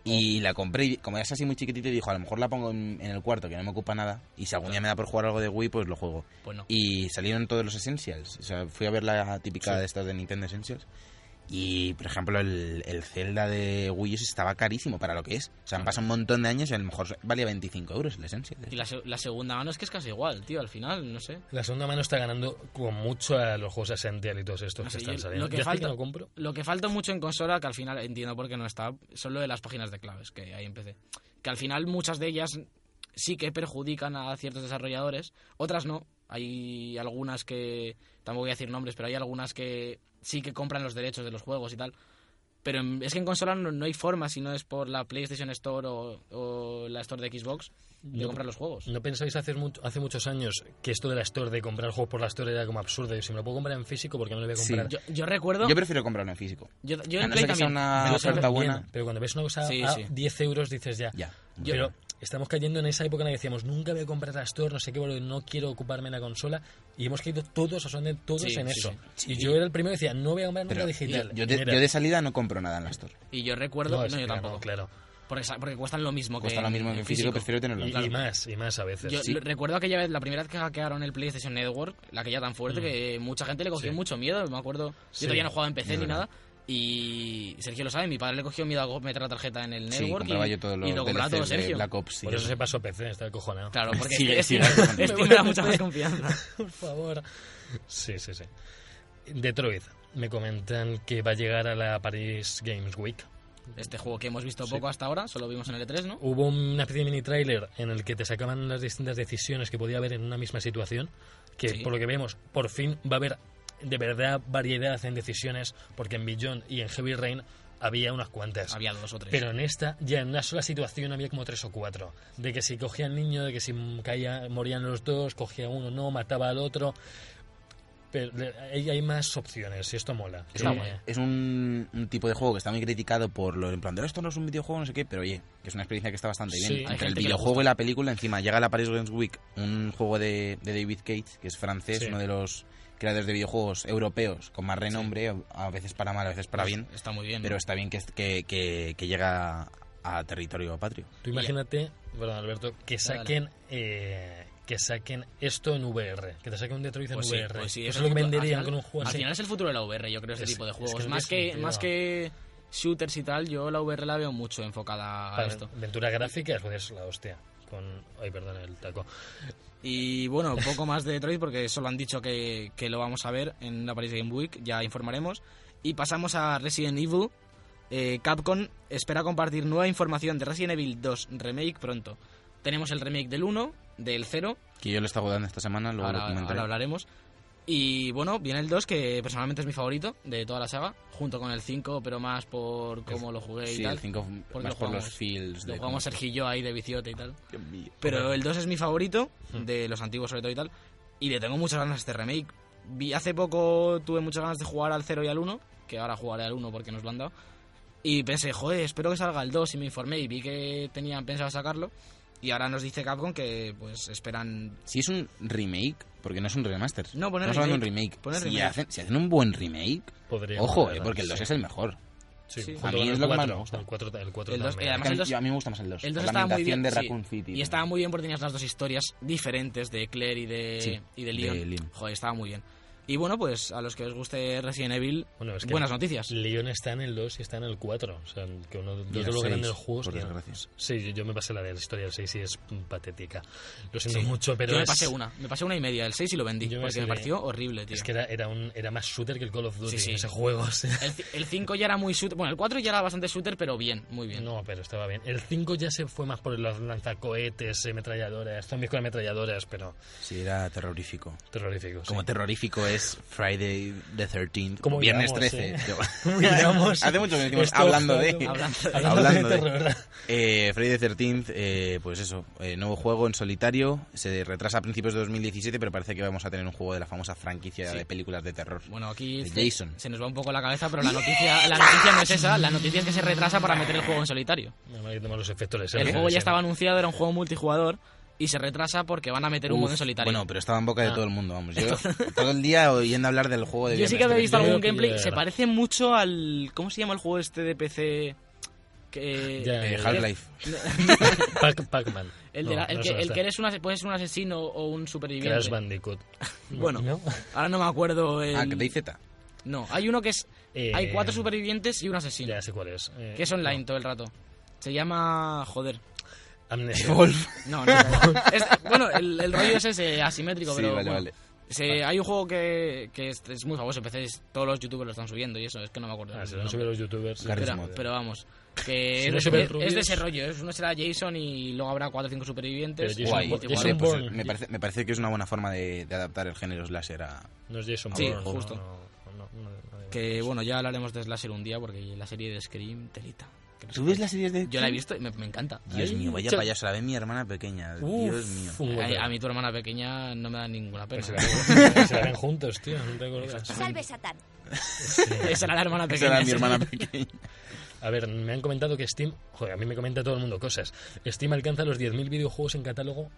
B: Y la compré, y como es así muy chiquitita, y dijo, a lo mejor la pongo en, en el cuarto, que no me ocupa nada. Y si algún día me da por jugar algo de Wii, pues lo juego.
C: Pues no.
B: Y salieron todos los Essentials. O sea, fui a ver la típica de estas de Nintendo Essentials. Y, por ejemplo, el, el Zelda de Wii U estaba carísimo para lo que es. O sea, han pasado un montón de años y a lo mejor valía 25 euros el Essential.
C: Y la, se- la segunda mano es que es casi igual, tío, al final, no sé.
A: La segunda mano está ganando con mucho a los juegos Essential y todos estos
C: No sé,
A: que están
C: yo-
A: saliendo.
C: lo que
A: Yo es
C: falta-
A: no compro.
C: Lo que falta mucho en consola, que al final entiendo por qué no está, son lo de las páginas de claves, que ahí empecé. Que al final muchas de ellas sí que perjudican a ciertos desarrolladores, otras no. Hay algunas que, tampoco voy a decir nombres, pero hay algunas que sí que compran los derechos de los juegos y tal. Pero en- es que en consola no, no hay forma, si no es por la PlayStation Store o, o la Store de Xbox, de
A: Yo-
C: comprar los juegos.
A: ¿No pensáis hace, mucho- hace muchos años que esto de la Store, de comprar juegos por la Store, era como absurdo? Y si me lo puedo comprar en físico, ¿por qué no lo voy a
B: Sí.
A: comprar?
C: Yo, yo recuerdo...
B: Yo prefiero comprarlo en físico.
C: yo, yo
B: a
C: en
B: no
C: Play
B: ser que sea
C: también.
B: una
C: Yo-
B: oferta
A: Bien,
B: buena.
A: Pero cuando ves una cosa
C: ah, Sí,
A: a
C: sí.
A: 10 euros, dices ya.
B: Ya.
A: Yo- pero estamos cayendo en esa época en la que decíamos, nunca voy a comprar la Store, no sé qué, boludo, no quiero ocuparme en la consola. Y hemos caído todos, absolutamente todos
C: Sí,
A: en
C: sí,
A: eso.
B: sí.
A: Y
B: Sí.
A: yo era el primero que decía, no voy a comprar nunca
B: Pero
A: digital.
B: yo, de,
A: Y era-
B: yo de salida no compro nada en la Store.
C: Y yo recuerdo...
A: No,
C: No,
A: es
C: yo
A: claro,
C: tampoco.
A: Claro.
C: Porque, sa- porque cuestan lo mismo
B: Cuesta
C: que
B: lo mismo que en físico, prefiero tenerlo
A: Y,
B: en
A: y
B: la Store.
A: más, y más a veces.
C: Yo
B: Sí.
C: le- recuerdo aquella vez, la primera vez que hackearon el PlayStation Network, la aquella tan fuerte, que mucha gente le cogió
A: Mm. Sí.
C: mucho miedo. Me acuerdo, yo
A: Sí. Mm.
C: todavía no jugaba en PC
B: Es
C: ni
B: verdad.
C: nada. Y Sergio lo sabe, mi padre le cogió miedo a go- meter la tarjeta en el
B: Sí,
C: Network
B: compraba
C: y,
B: yo todos los
C: y lo compraba todo
B: DLCs de
C: Sergio.
B: Black Ops. y
A: Por eso
B: eso.
A: se pasó a PC, está acojonado.
C: Claro, porque
B: Sigue,
C: es,
B: sigue.
C: que Steam- Steam me da mucha más confianza.
A: Por favor. Sí, sí, sí. Detroit. Me comentan que va a llegar a la Paris Games Week.
C: Este juego que hemos visto poco hasta ahora, solo vimos en el E3, ¿no?
A: Hubo una especie de mini trailer en el que te sacaban las distintas decisiones que podía haber en una misma situación, que
C: Sí.
A: por lo que vemos, por fin va a haber de verdad variedad en decisiones, porque en Beyond y en Heavy Rain había unas cuantas.
C: Había dos o tres. Pues
A: Pero en esta, ya en una sola situación había como tres o cuatro. De que si cogía al niño, de que si caía, morían los dos, cogía uno, no, mataba al otro. Pero le- ahí hay más opciones y esto mola.
B: Es,
A: Eh,
B: un, es un, un tipo de juego que está muy criticado por lo en plan de esto no es un videojuego, no sé qué, pero oye, que es una experiencia que está bastante
A: Sí, hay
B: bien. Entre el
C: gente que le
B: videojuego y la película, encima llega la Paris Games Week, un juego de, de David Cage, que es francés,
A: Sí.
B: uno de los creadores de videojuegos europeos con más renombre, a a veces para mal, a veces para bien,
C: Está muy bien.
B: pero está bien que, que, que, que llega a territorio patrio.
A: Tú imagínate, perdón Alberto, que
C: Dale, dale.
A: saquen eh, que saquen esto en VR, que te saquen un Detroit en
C: Pues sí,
A: VR.
C: pues sí,
A: Eso
C: el
A: es lo que
C: futuro-
A: venderían
C: al final-
A: con un juego
C: Al
A: así.
C: final es el futuro de la VR, yo creo, este
A: Es-
C: tipo de
A: es que
C: juegos.
A: no
C: más,
A: tiene
C: que, más que shooters y tal, yo la VR la veo mucho enfocada a
A: Para
C: esto.
A: aventura gráfica, joder, es la hostia. Con, ay, perdón, el taco.
C: Y bueno, poco más de Detroit porque solo han dicho que, que lo vamos a ver en la Paris Game Week, ya informaremos. Y pasamos a Resident Evil. Eh, Capcom espera compartir nueva información de Resident Evil 2 Remake pronto. Tenemos el remake del 1, del 0,
B: Que yo lo he estado jugando esta semana, luego lo
C: ahora,
B: comentaré.
C: ahora hablaremos. Y bueno, viene el 2, que personalmente es mi favorito de toda la saga, junto con el 5, pero más por cómo lo jugué y
B: Sí,
C: tal.
B: el 5
C: Porque
B: más
C: lo
B: por los
C: jugamos-
B: fields.
C: Lo
B: de-
C: jugamos Sergio y yo ahí de viciote y tal.
B: Dios mío.
C: Pero
A: Hombre.
C: el 2 es mi favorito,
A: Hmm.
C: de los antiguos sobre todo y tal. Y le tengo muchas ganas a este remake. Vi, hace poco tuve muchas ganas de jugar al 0 y al 1, que ahora jugaré al 1 porque nos lo han dado. Y pensé, joder, espero que salga el 2 y me informé y vi que tenían pensado sacarlo. Y ahora nos dice Capcom que pues esperan...
B: Si es un remake, porque no es un remaster.
C: No, poner
B: Estamos hablando de un
C: remake.
B: remake.
C: Poner
B: si,
C: remake.
B: Hacen, si hacen un buen remake,
A: Podría
B: ojo,
A: molar,
B: eh, porque el 2
A: sí.
B: es el mejor.
A: Sí,
C: Sí.
A: junto
B: A mí
A: con el
B: es lo que más
A: cuatro,
B: me gusta.
A: El 4 el cuatro
C: El dos,
A: también.
C: eh, además-
B: Es que
C: el dos-
B: yo- a mí me gusta más el 2.
C: El 2
B: la
C: estaba muy
B: ambientación
C: bien.
B: de
C: sí.
B: Raccoon City.
C: y estaba muy bien porque tenías las dos historias diferentes de Claire y de,
B: Sí,
C: y de
B: de
C: Leon.
B: Leon.
C: Joder, estaba muy bien. Y bueno, pues a los que os guste Resident Evil,
A: Bueno, es que-
C: buenas noticias.
A: Leon está en el 2 y está en el 4. O sea, que uno de
B: Y
A: los
B: el
A: lo grande del
B: seis,
A: juego.
B: por
A: hostia.
B: desgracia.
A: Sí, yo, yo me pasé la de la historia del 6 y es patética. Lo siento
C: Sí.
A: mucho, pero.
C: Yo me
A: es-
C: pasé una, me pasé una y media, el 6 y lo vendí,
A: Yo me
C: porque me
A: pasé-
C: pareció horrible, tío.
A: Es que era, era, un, era más shooter que el Call of Duty
C: Sí, sí.
A: ese juego. o sea.
C: El ci- El 5 ya era muy shooter, bueno, el 4 ya era bastante shooter, pero bien, muy bien.
A: No, pero estaba bien. El 5 ya se fue más por los lanzacohetes, eh, ametralladoras, zombies con ametralladoras, pero
B: Sí, era terrorífico.
A: terroríficos.
B: Como terrorífico es Friday the 13th,
A: Como
B: viernes
A: digamos,
B: 13.
A: eh.
B: Yo-
A: Como digamos,
B: Hace mucho que decimos
A: esto-
B: hablando de.
C: Hablando de-
A: Hablando de terror.
B: Eh, Friday the 13th, eh, pues eso, eh, nuevo juego en solitario. Se retrasa a principios de 2017, pero parece que vamos a tener un juego de la famosa franquicia
C: Sí.
B: de películas de terror.
C: Bueno, aquí
B: De
C: se-
B: Jason.
C: se nos va un poco la cabeza, pero la noticia, la noticia no es esa, la noticia es que se retrasa para meter el juego en solitario.
A: Nada más que tenemos los efectos de
C: El
A: ser-
C: juego
A: de
C: ya
A: ser.
C: estego anunciado, era un juego multijugador y se retrasa porque van a meter un modo en
B: Uf,
C: solitario.
B: Bueno, pero estaba en boca de
A: Ah.
B: todo el mundo, vamos. Yo todo el día oyendo hablar del juego de
C: Yo sí que
B: viernes
C: había visto
A: Yo
C: algún
A: creo que
C: gameplay.
A: ya
C: Se
A: era.
C: parece mucho al. ¿Cómo se llama el juego este de PC? Que-
A: Ya,
B: 13th.
A: ya,
B: Eh,
A: ya.
B: Half-Life.
A: Pac- Pac-Man.
C: El, de
A: No,
C: la- el
A: no
C: que,
A: sé,
C: el
A: está.
C: que eres un, ase- puedes ser un asesino o un superviviente.
A: Crash Bandicoot.
C: Bueno.
A: ¿No?
C: Ahora no me acuerdo. El...
B: Ah, que te dice Z.
C: No, hay uno que es.
A: Eh,
C: Hay cuatro supervivientes y un asesino.
A: Ya sé cuál es. Eh,
C: Que es online todo el rato. Se llama. Joder.
A: no. Amnesia.
B: Wolf.
C: No, no. es- bueno, el, el rollo es ese asimétrico,
B: Sí,
C: pero.
B: vale,
C: bueno.
B: vale.
C: Se- hay un juego que, que es, es muy famoso. Empecé, todos los youtubers lo están subiendo y eso. Es que no me acuerdo.
A: Ah,
C: el
A: si no
C: nombre.
A: suben los youtubers.
B: Carlos
A: Espera,
C: Pero,
B: Model.
C: pero vamos, que
A: Si
C: es,
A: no se ven
C: es-
A: rubios.
C: es de ese rollo, es- uno será Jason y luego habrá cuatro o cinco supervivientes.
A: Pero Jason
B: Guay.
C: Guay.
A: Bourne-
C: Igual.
A: Jason
B: Joder, pues,
A: Bourne.
B: me, parece, me parece que es una buena forma de, de adaptar el género slasher a...
A: No es Jason
C: Sí,
A: Bourne, no,
C: justo.
A: no, no, no, no, no, no.
C: Que bueno, ya hablaremos de Slasher un día porque la serie de Scream, telita. Que no sé
B: ¿Tú ves
C: qué.
B: las series de...?
C: Yo la he visto y me, me encanta.
B: Dios
A: Ay,
B: mío, vaya
A: cha-
B: payaso, la ve mi hermana pequeña.
A: Uf,
B: Dios mío.
A: un
C: Ay,
A: huevo.
C: a mí tu hermana pequeña no me da ninguna pena.
A: Pero se la ven- se la ven juntos, tío. No te acuerdas.
D: Salve Satán.
C: Esa era la hermana
B: Esa
C: pequeña.
B: era mi
C: sí.
B: hermana pequeña.
A: A ver, me han comentado que Steam. Joder, a mí me comenta todo el mundo cosas. Steam alcanza los 10.000 videojuegos en catálogo.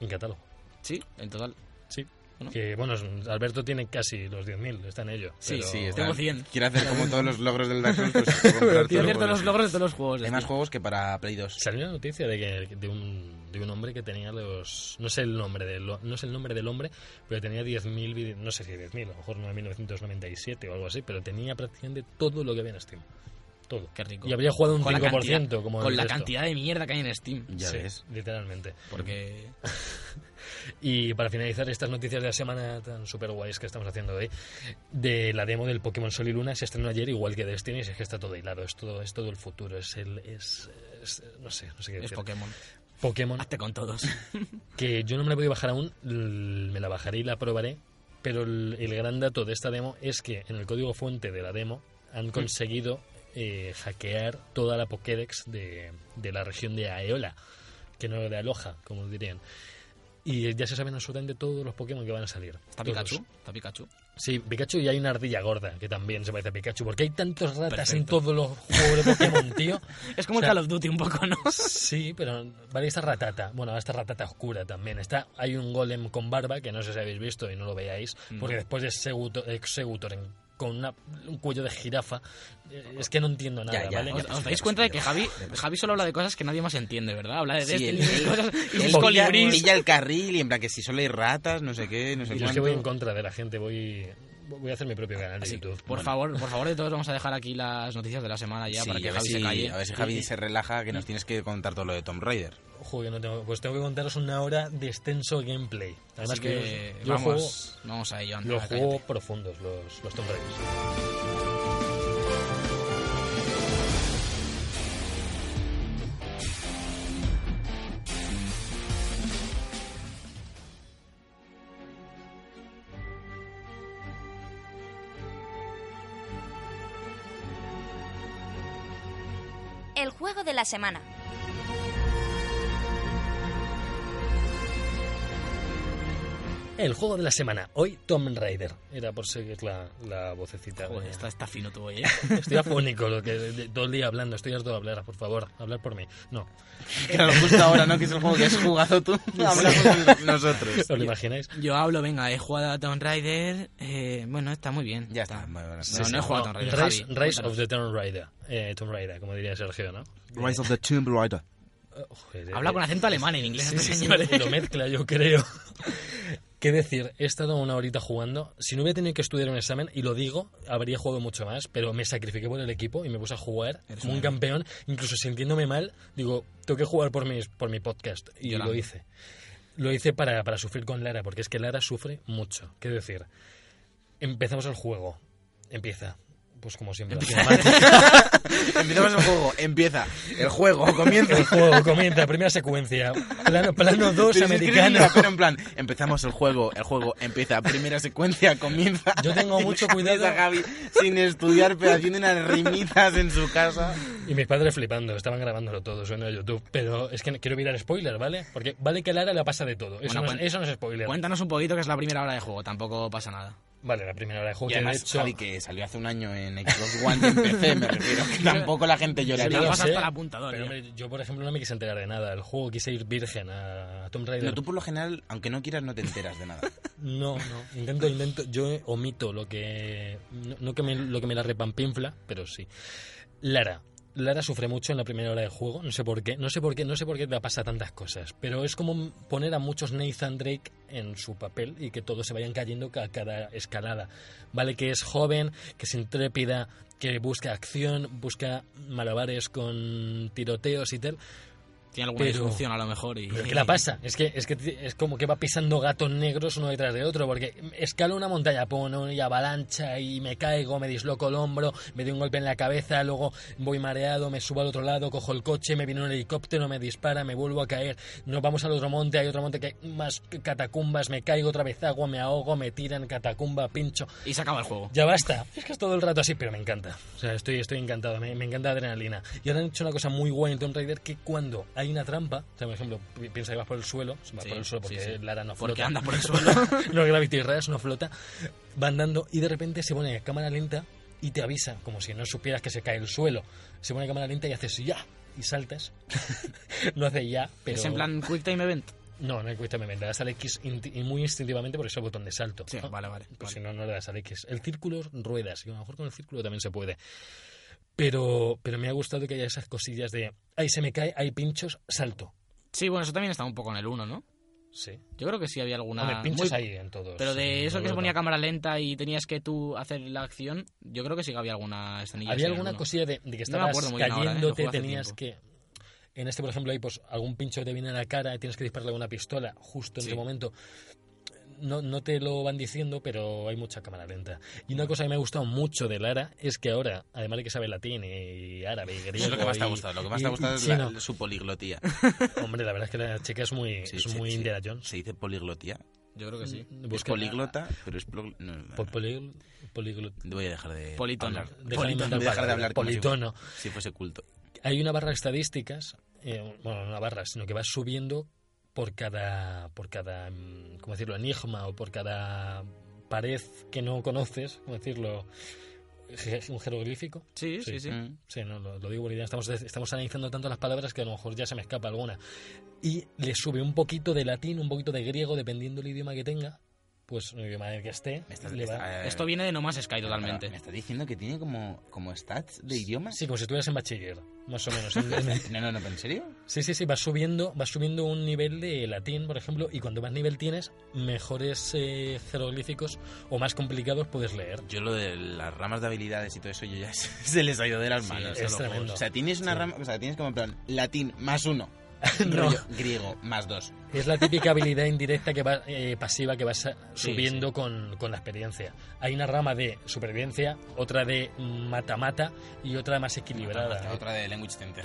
A: En catálogo.
C: Sí, en total.
A: Sí.
C: Bueno.
A: Que bueno, Alberto tiene casi los 10.000, está en ello.
C: Sí,
A: pero-
B: Sí,
C: está. Tengo 100.
B: Quiere hacer como todos los logros del Dark Souls. Pues, comprar
C: Tiene ciertos
B: todos pues,
C: los logros de todos los juegos.
B: Hay más
C: tío.
B: juegos que para Play 2.
A: Salió la noticia de que de un, de un hombre que tenía los no sé el nombre del no sé el nombre del hombre, pero tenía 10.000 vide- no sé si 10.000, a lo mejor 9.997 o algo así, pero tenía prácticamente todo lo que había en Steam. Todo.
C: Qué rico.
A: Y habría jugado un
C: Con la
A: 5%
C: cantidad-
A: como
C: Con
A: el
C: la
A: resto.
C: cantidad de mierda que hay en Steam.
B: Ya
A: Sí,
B: ves.
A: literalmente.
C: Porque.
A: Y para finalizar estas noticias de la semana tan super guays que estamos haciendo hoy, de la demo del Pokémon Sol y Luna se estrenó ayer igual que Destiny, y es que está todo hilado, es todo, es todo el futuro, es el es, es- no sé, no sé qué
C: Es
A: decir.
C: Pokémon.
A: Pokémon
C: Hazte con todos.
A: que yo no me la he podido bajar aún, l- me la bajaré y la probaré, pero el, el gran dato de esta demo es que en el código fuente de la demo han
C: Mm.
A: conseguido eh, hackear toda la Pokédex de, de la región de Aeola, que no de Aloha, como dirían. Y ya se saben absolutamente todos los Pokémon que van a salir.
C: ¿Está
A: Todos.
C: Pikachu? ¿Está Pikachu?
A: Sí, Pikachu y hay una ardilla gorda que también se parece a Pikachu, porque hay tantos ratas en
C: Perfecto.
A: todos los juegos de Pokémon, tío.
C: Es como
A: O sea,
C: el Call of Duty un poco, ¿no?
A: Sí, pero vale, está ratata. Bueno, está ratata oscura también. Está, hay un golem con barba que no sé si habéis visto y no lo veáis,
C: Mm.
A: porque después de Segutor, con una- un cuello de jirafa, eh, es que no entiendo nada,
B: Ya, ya,
A: ¿vale?
C: ¿Os,
B: te
C: os
B: estoy
C: dais cuenta de que Javi,
B: respondiendo.
C: Javi solo habla de cosas que nadie más entiende, ¿verdad? Habla de
B: Sí,
C: Destiny
B: el-
C: y cosas y
B: Él
C: sus
B: pilla-
C: colibrís.
B: Pilla el carril y en plan que si solo hay ratas, no sé qué, no sé
A: Yo es que
B: cuánto.
A: voy en contra de la gente, voy, voy a hacer mi propio canal de
C: Así,
A: YouTube.
C: Ah, por favor, por favor de todos vamos a dejar aquí las noticias de la semana ya
B: Sí,
C: para que
B: a ver
C: Javi
B: si,
C: se calle.
B: a ver si Javi se relaja, que nos tienes que contar todo lo de Tomb Raider.
A: Joder, no tengo, pues tengo que contaros una hora de extenso gameplay. Además
C: Así
A: que,
C: que
A: yo juego-
C: vamos, vamos a ello. anda,
A: Los
C: cállate.
A: juegos profundos, los, los Tomb Raiders.
D: El juego de la semana.
A: El juego de la semana. Hoy Tom Raider. Era por seguir la, la vocecita.
C: Joder,
A: de-
C: está, está fino tú hoy, ¿eh?
A: Estoy afónico, lo que de- todo el día hablando. Estoy harto de hablar, por favor. Hablar por mí. No.
B: Claro, justo ahora, ¿no? Que es el juego que has jugado tú. Hablamos con nosotros.
A: ¿Os lo imagináis?
C: Yo hablo, venga, he jugado a Tomb Raider. eh, bueno, está muy bien.
B: Ya está. Bueno, bueno,
C: No,
B: sí,
C: no
B: sí.
C: he jugado a
A: No,
C: Tomb Raider.
A: Rise,
C: Javi,
A: Rise
C: cuéntanos.
A: of the Tomb Raider. Eh, Tomb Raider, como diría Sergio, ¿no?
E: Rise of the Tomb Raider.
A: Eh, joder,
C: Habla
A: eh,
C: con acento alemán en inglés,
A: Sí,
C: este
A: sí, sí,
C: señor, ¿eh?
A: lo mezcla, yo creo. Qué decir, he estado una horita jugando. Si no hubiera tenido que estudiar un examen, y lo digo, habría jugado mucho más, pero me sacrifiqué por el equipo y me puse a jugar
C: Eres
A: como
C: un
A: un campeón. Incluso sintiéndome mal, digo, tengo que jugar por, mis, por mi podcast. Y
C: Llorando.
A: lo hice. Lo hice para, para sufrir con Lara, porque es que Lara sufre mucho. Qué decir, empezamos el juego. Empieza. Pues como siempre. haciendo mal.
B: Empezamos el juego. Empieza. El juego comienza.
A: El juego comienza, primera secuencia. Plano 2 plano dos
B: Pero si es que
A: americano.
B: mira, Pero en plan, empezamos el juego, el juego empieza, primera secuencia comienza.
A: Yo tengo mucho
B: Ves
A: cuidado.
B: a Javi sin estudiar, pero haciendo unas rimitas en su casa.
A: Y mis padres flipando, estaban grabándolo todo, suena a YouTube. Pero es que quiero mirar spoiler, ¿vale? Porque vale que Lara la pasa de todo. Eso,
C: Bueno,
A: no, es,
C: cuen-
A: eso no es spoiler.
C: Cuéntanos un poquito que es la primera hora de juego, tampoco pasa nada.
A: Vale, la primera hora de juego
B: Y
A: que de
B: además,
A: hecho.
B: Javi, que salió hace un año en Xbox One y en PC, me refiero. que tampoco la gente
A: Sí,
C: te
A: yo
C: la
A: lo
B: lloraría.
C: pasas
A: sé,
C: hasta el apuntador,
A: pero,
C: ya.
A: hombre, yo, por ejemplo, no me quise enterar de nada. El juego quise ir virgen a Tomb Raider.
B: No, tú por lo general, aunque no quieras, no te enteras de nada.
A: No, no. Intento, intento. Yo omito lo que. No, no que me, lo que me la repampinfla, pero sí. Lara. Lara sufre mucho en la primera hora de juego, no sé por qué, no sé por qué, no sé por qué te pasa tantas cosas, pero es como poner a muchos Nathan Drake en su papel y que todos se vayan cayendo a cada escalada. Vale que es joven, que es intrépida, que busca acción, busca malabares con tiroteos y tal,
C: Tiene alguna
A: pero-
C: disfunción a lo mejor y...
A: pero ¿qué la pasa? Es que, es que ti- es como que va pisando gatos negros uno detrás de otro, porque escalo una montaña, pongo y avalancha y me caigo, me disloco el hombro, me doy un golpe en la cabeza, luego voy mareado, me subo al otro lado, cojo el coche, me viene un helicóptero, me dispara, me vuelvo a caer, nos vamos al otro monte, hay otro monte que hay más catacumbas, me caigo otra vez agua, me ahogo, me tiran catacumba, pincho.
C: Y se acaba el juego.
A: Ya basta. Es que es todo el rato así, pero me encanta. O sea, estoy, estoy encantado. Me, me encanta la adrenalina. Y ahora han hecho una cosa muy guay en Tomb Raider que cuando hay una trampa, o sea, por ejemplo, pi- piensa que vas por el suelo, vas
C: Sí,
A: por el suelo porque
C: sí, sí.
A: Lara no flota.
C: Porque anda por el suelo.
A: no Gravity Rush no flota. Va andando y de repente se pone a cámara lenta y te avisa, como si no supieras que se cae el suelo. Se pone a cámara lenta y haces ya. Y saltas. no hace ya, pero.
C: Es en plan Quick Time Event.
A: No, no hay cuesta me das al X inti- y muy instintivamente por ese botón de salto.
C: Sí,
B: Ah,
A: ¿no?
C: vale, vale.
A: Pues
C: vale.
A: si no, no le das al X. El círculo, ruedas. Y a lo mejor con el círculo también se puede. Pero, pero me ha gustado que haya esas cosillas de ahí se me cae, hay pinchos, salto.
C: Sí, bueno, eso también está un poco en el 1, ¿no?
A: Sí.
C: Yo creo que sí había alguna...
A: Hombre, pinchos
C: muy-
A: ahí en todos.
C: Pero de
A: en
C: eso que se
A: Europa.
C: ponía a cámara lenta y tenías que tú hacer la acción, yo creo que sí que había alguna escenilla. así
A: Había
C: en el
A: alguna
C: uno.
A: cosilla de, de que
C: No me
A: estabas
C: acuerdo muy bien ahora, ¿eh? Lo
A: cayéndote,
C: jugué hace
A: tenías que. En este, por ejemplo, hay pues algún pincho que te viene a la cara, tienes que dispararle una pistola justo en
C: Sí.
A: ese momento. No, no te lo van diciendo, pero hay mucha cámara lenta. Y una cosa que me ha gustado mucho de Lara es que ahora, además de que sabe latín y árabe y griego.
B: Eso es lo que más te ha
A: y-
B: gustado. Lo que más
A: y-
B: te ha
A: y
B: gustado es
A: chino. pues,
B: la- su poliglotía.
A: Hombre, la verdad es que la chica es muy,
B: Sí,
A: es
B: sí,
A: muy
B: sí.
A: Indiana Jones.
B: Se dice poliglotía.
C: Yo creo que sí.
A: Mm.
B: Es
A: Busca-
B: políglota, pero es... plo- no, no, no.
A: po- poli- poliglo-
B: Voy a dejar de
C: Politono.
B: hablar.
A: déjame
B: Voy a
A: inventar
B: dejar de
A: palabras.
B: hablar como si-
A: Politono.
B: si fuese culto.
A: hay una barra de estadísticas, eh, bueno, no una barra, sino que vas subiendo por cada, por cada, mm, ¿cómo decirlo?, enigma o por cada pared que no conoces, ¿cómo decirlo?, Je- un jeroglífico.
C: Sí, sí,
A: Sí.
C: sí.
B: Mm.
A: Sí, no, lo, lo digo porque ya estamos, estamos analizando tanto las palabras que a lo mejor ya se me escapa alguna. Y le sube un poquito de latín, un poquito de griego, dependiendo del idioma que tenga, pues el idioma en el que esté,
B: Me estás-
A: le va-
B: eh,
C: Esto viene de No Más Sky
B: espera,
C: totalmente.
B: ¿Me estás diciendo que tiene como, como stats de idiomas?
A: Sí, como si estuvieras en bachiller, más o menos. en- en-
B: No, no, no, pero ¿en serio?
A: Sí, sí, sí, vas subiendo, vas subiendo un nivel de latín, por ejemplo, y cuanto más nivel tienes, mejores eh, jeroglíficos o más complicados puedes leer.
B: Yo lo de las ramas de habilidades y todo eso, yo ya se- se les ha ido de las
C: Sí,
B: manos.
C: es
B: Solo
A: tremendo.
B: juegos. O sea, tienes una
A: Sí.
B: rama, o sea, tienes como en plan latín más uno,
A: No.
B: rollo griego más dos.
A: Es la típica habilidad indirecta que va, eh, pasiva que vas eh,
C: Sí,
A: subiendo Con, con la experiencia. Hay una rama de supervivencia, otra de mm, mata-mata y otra más equilibrada.
C: Ah,
B: Hasta Otra de language center.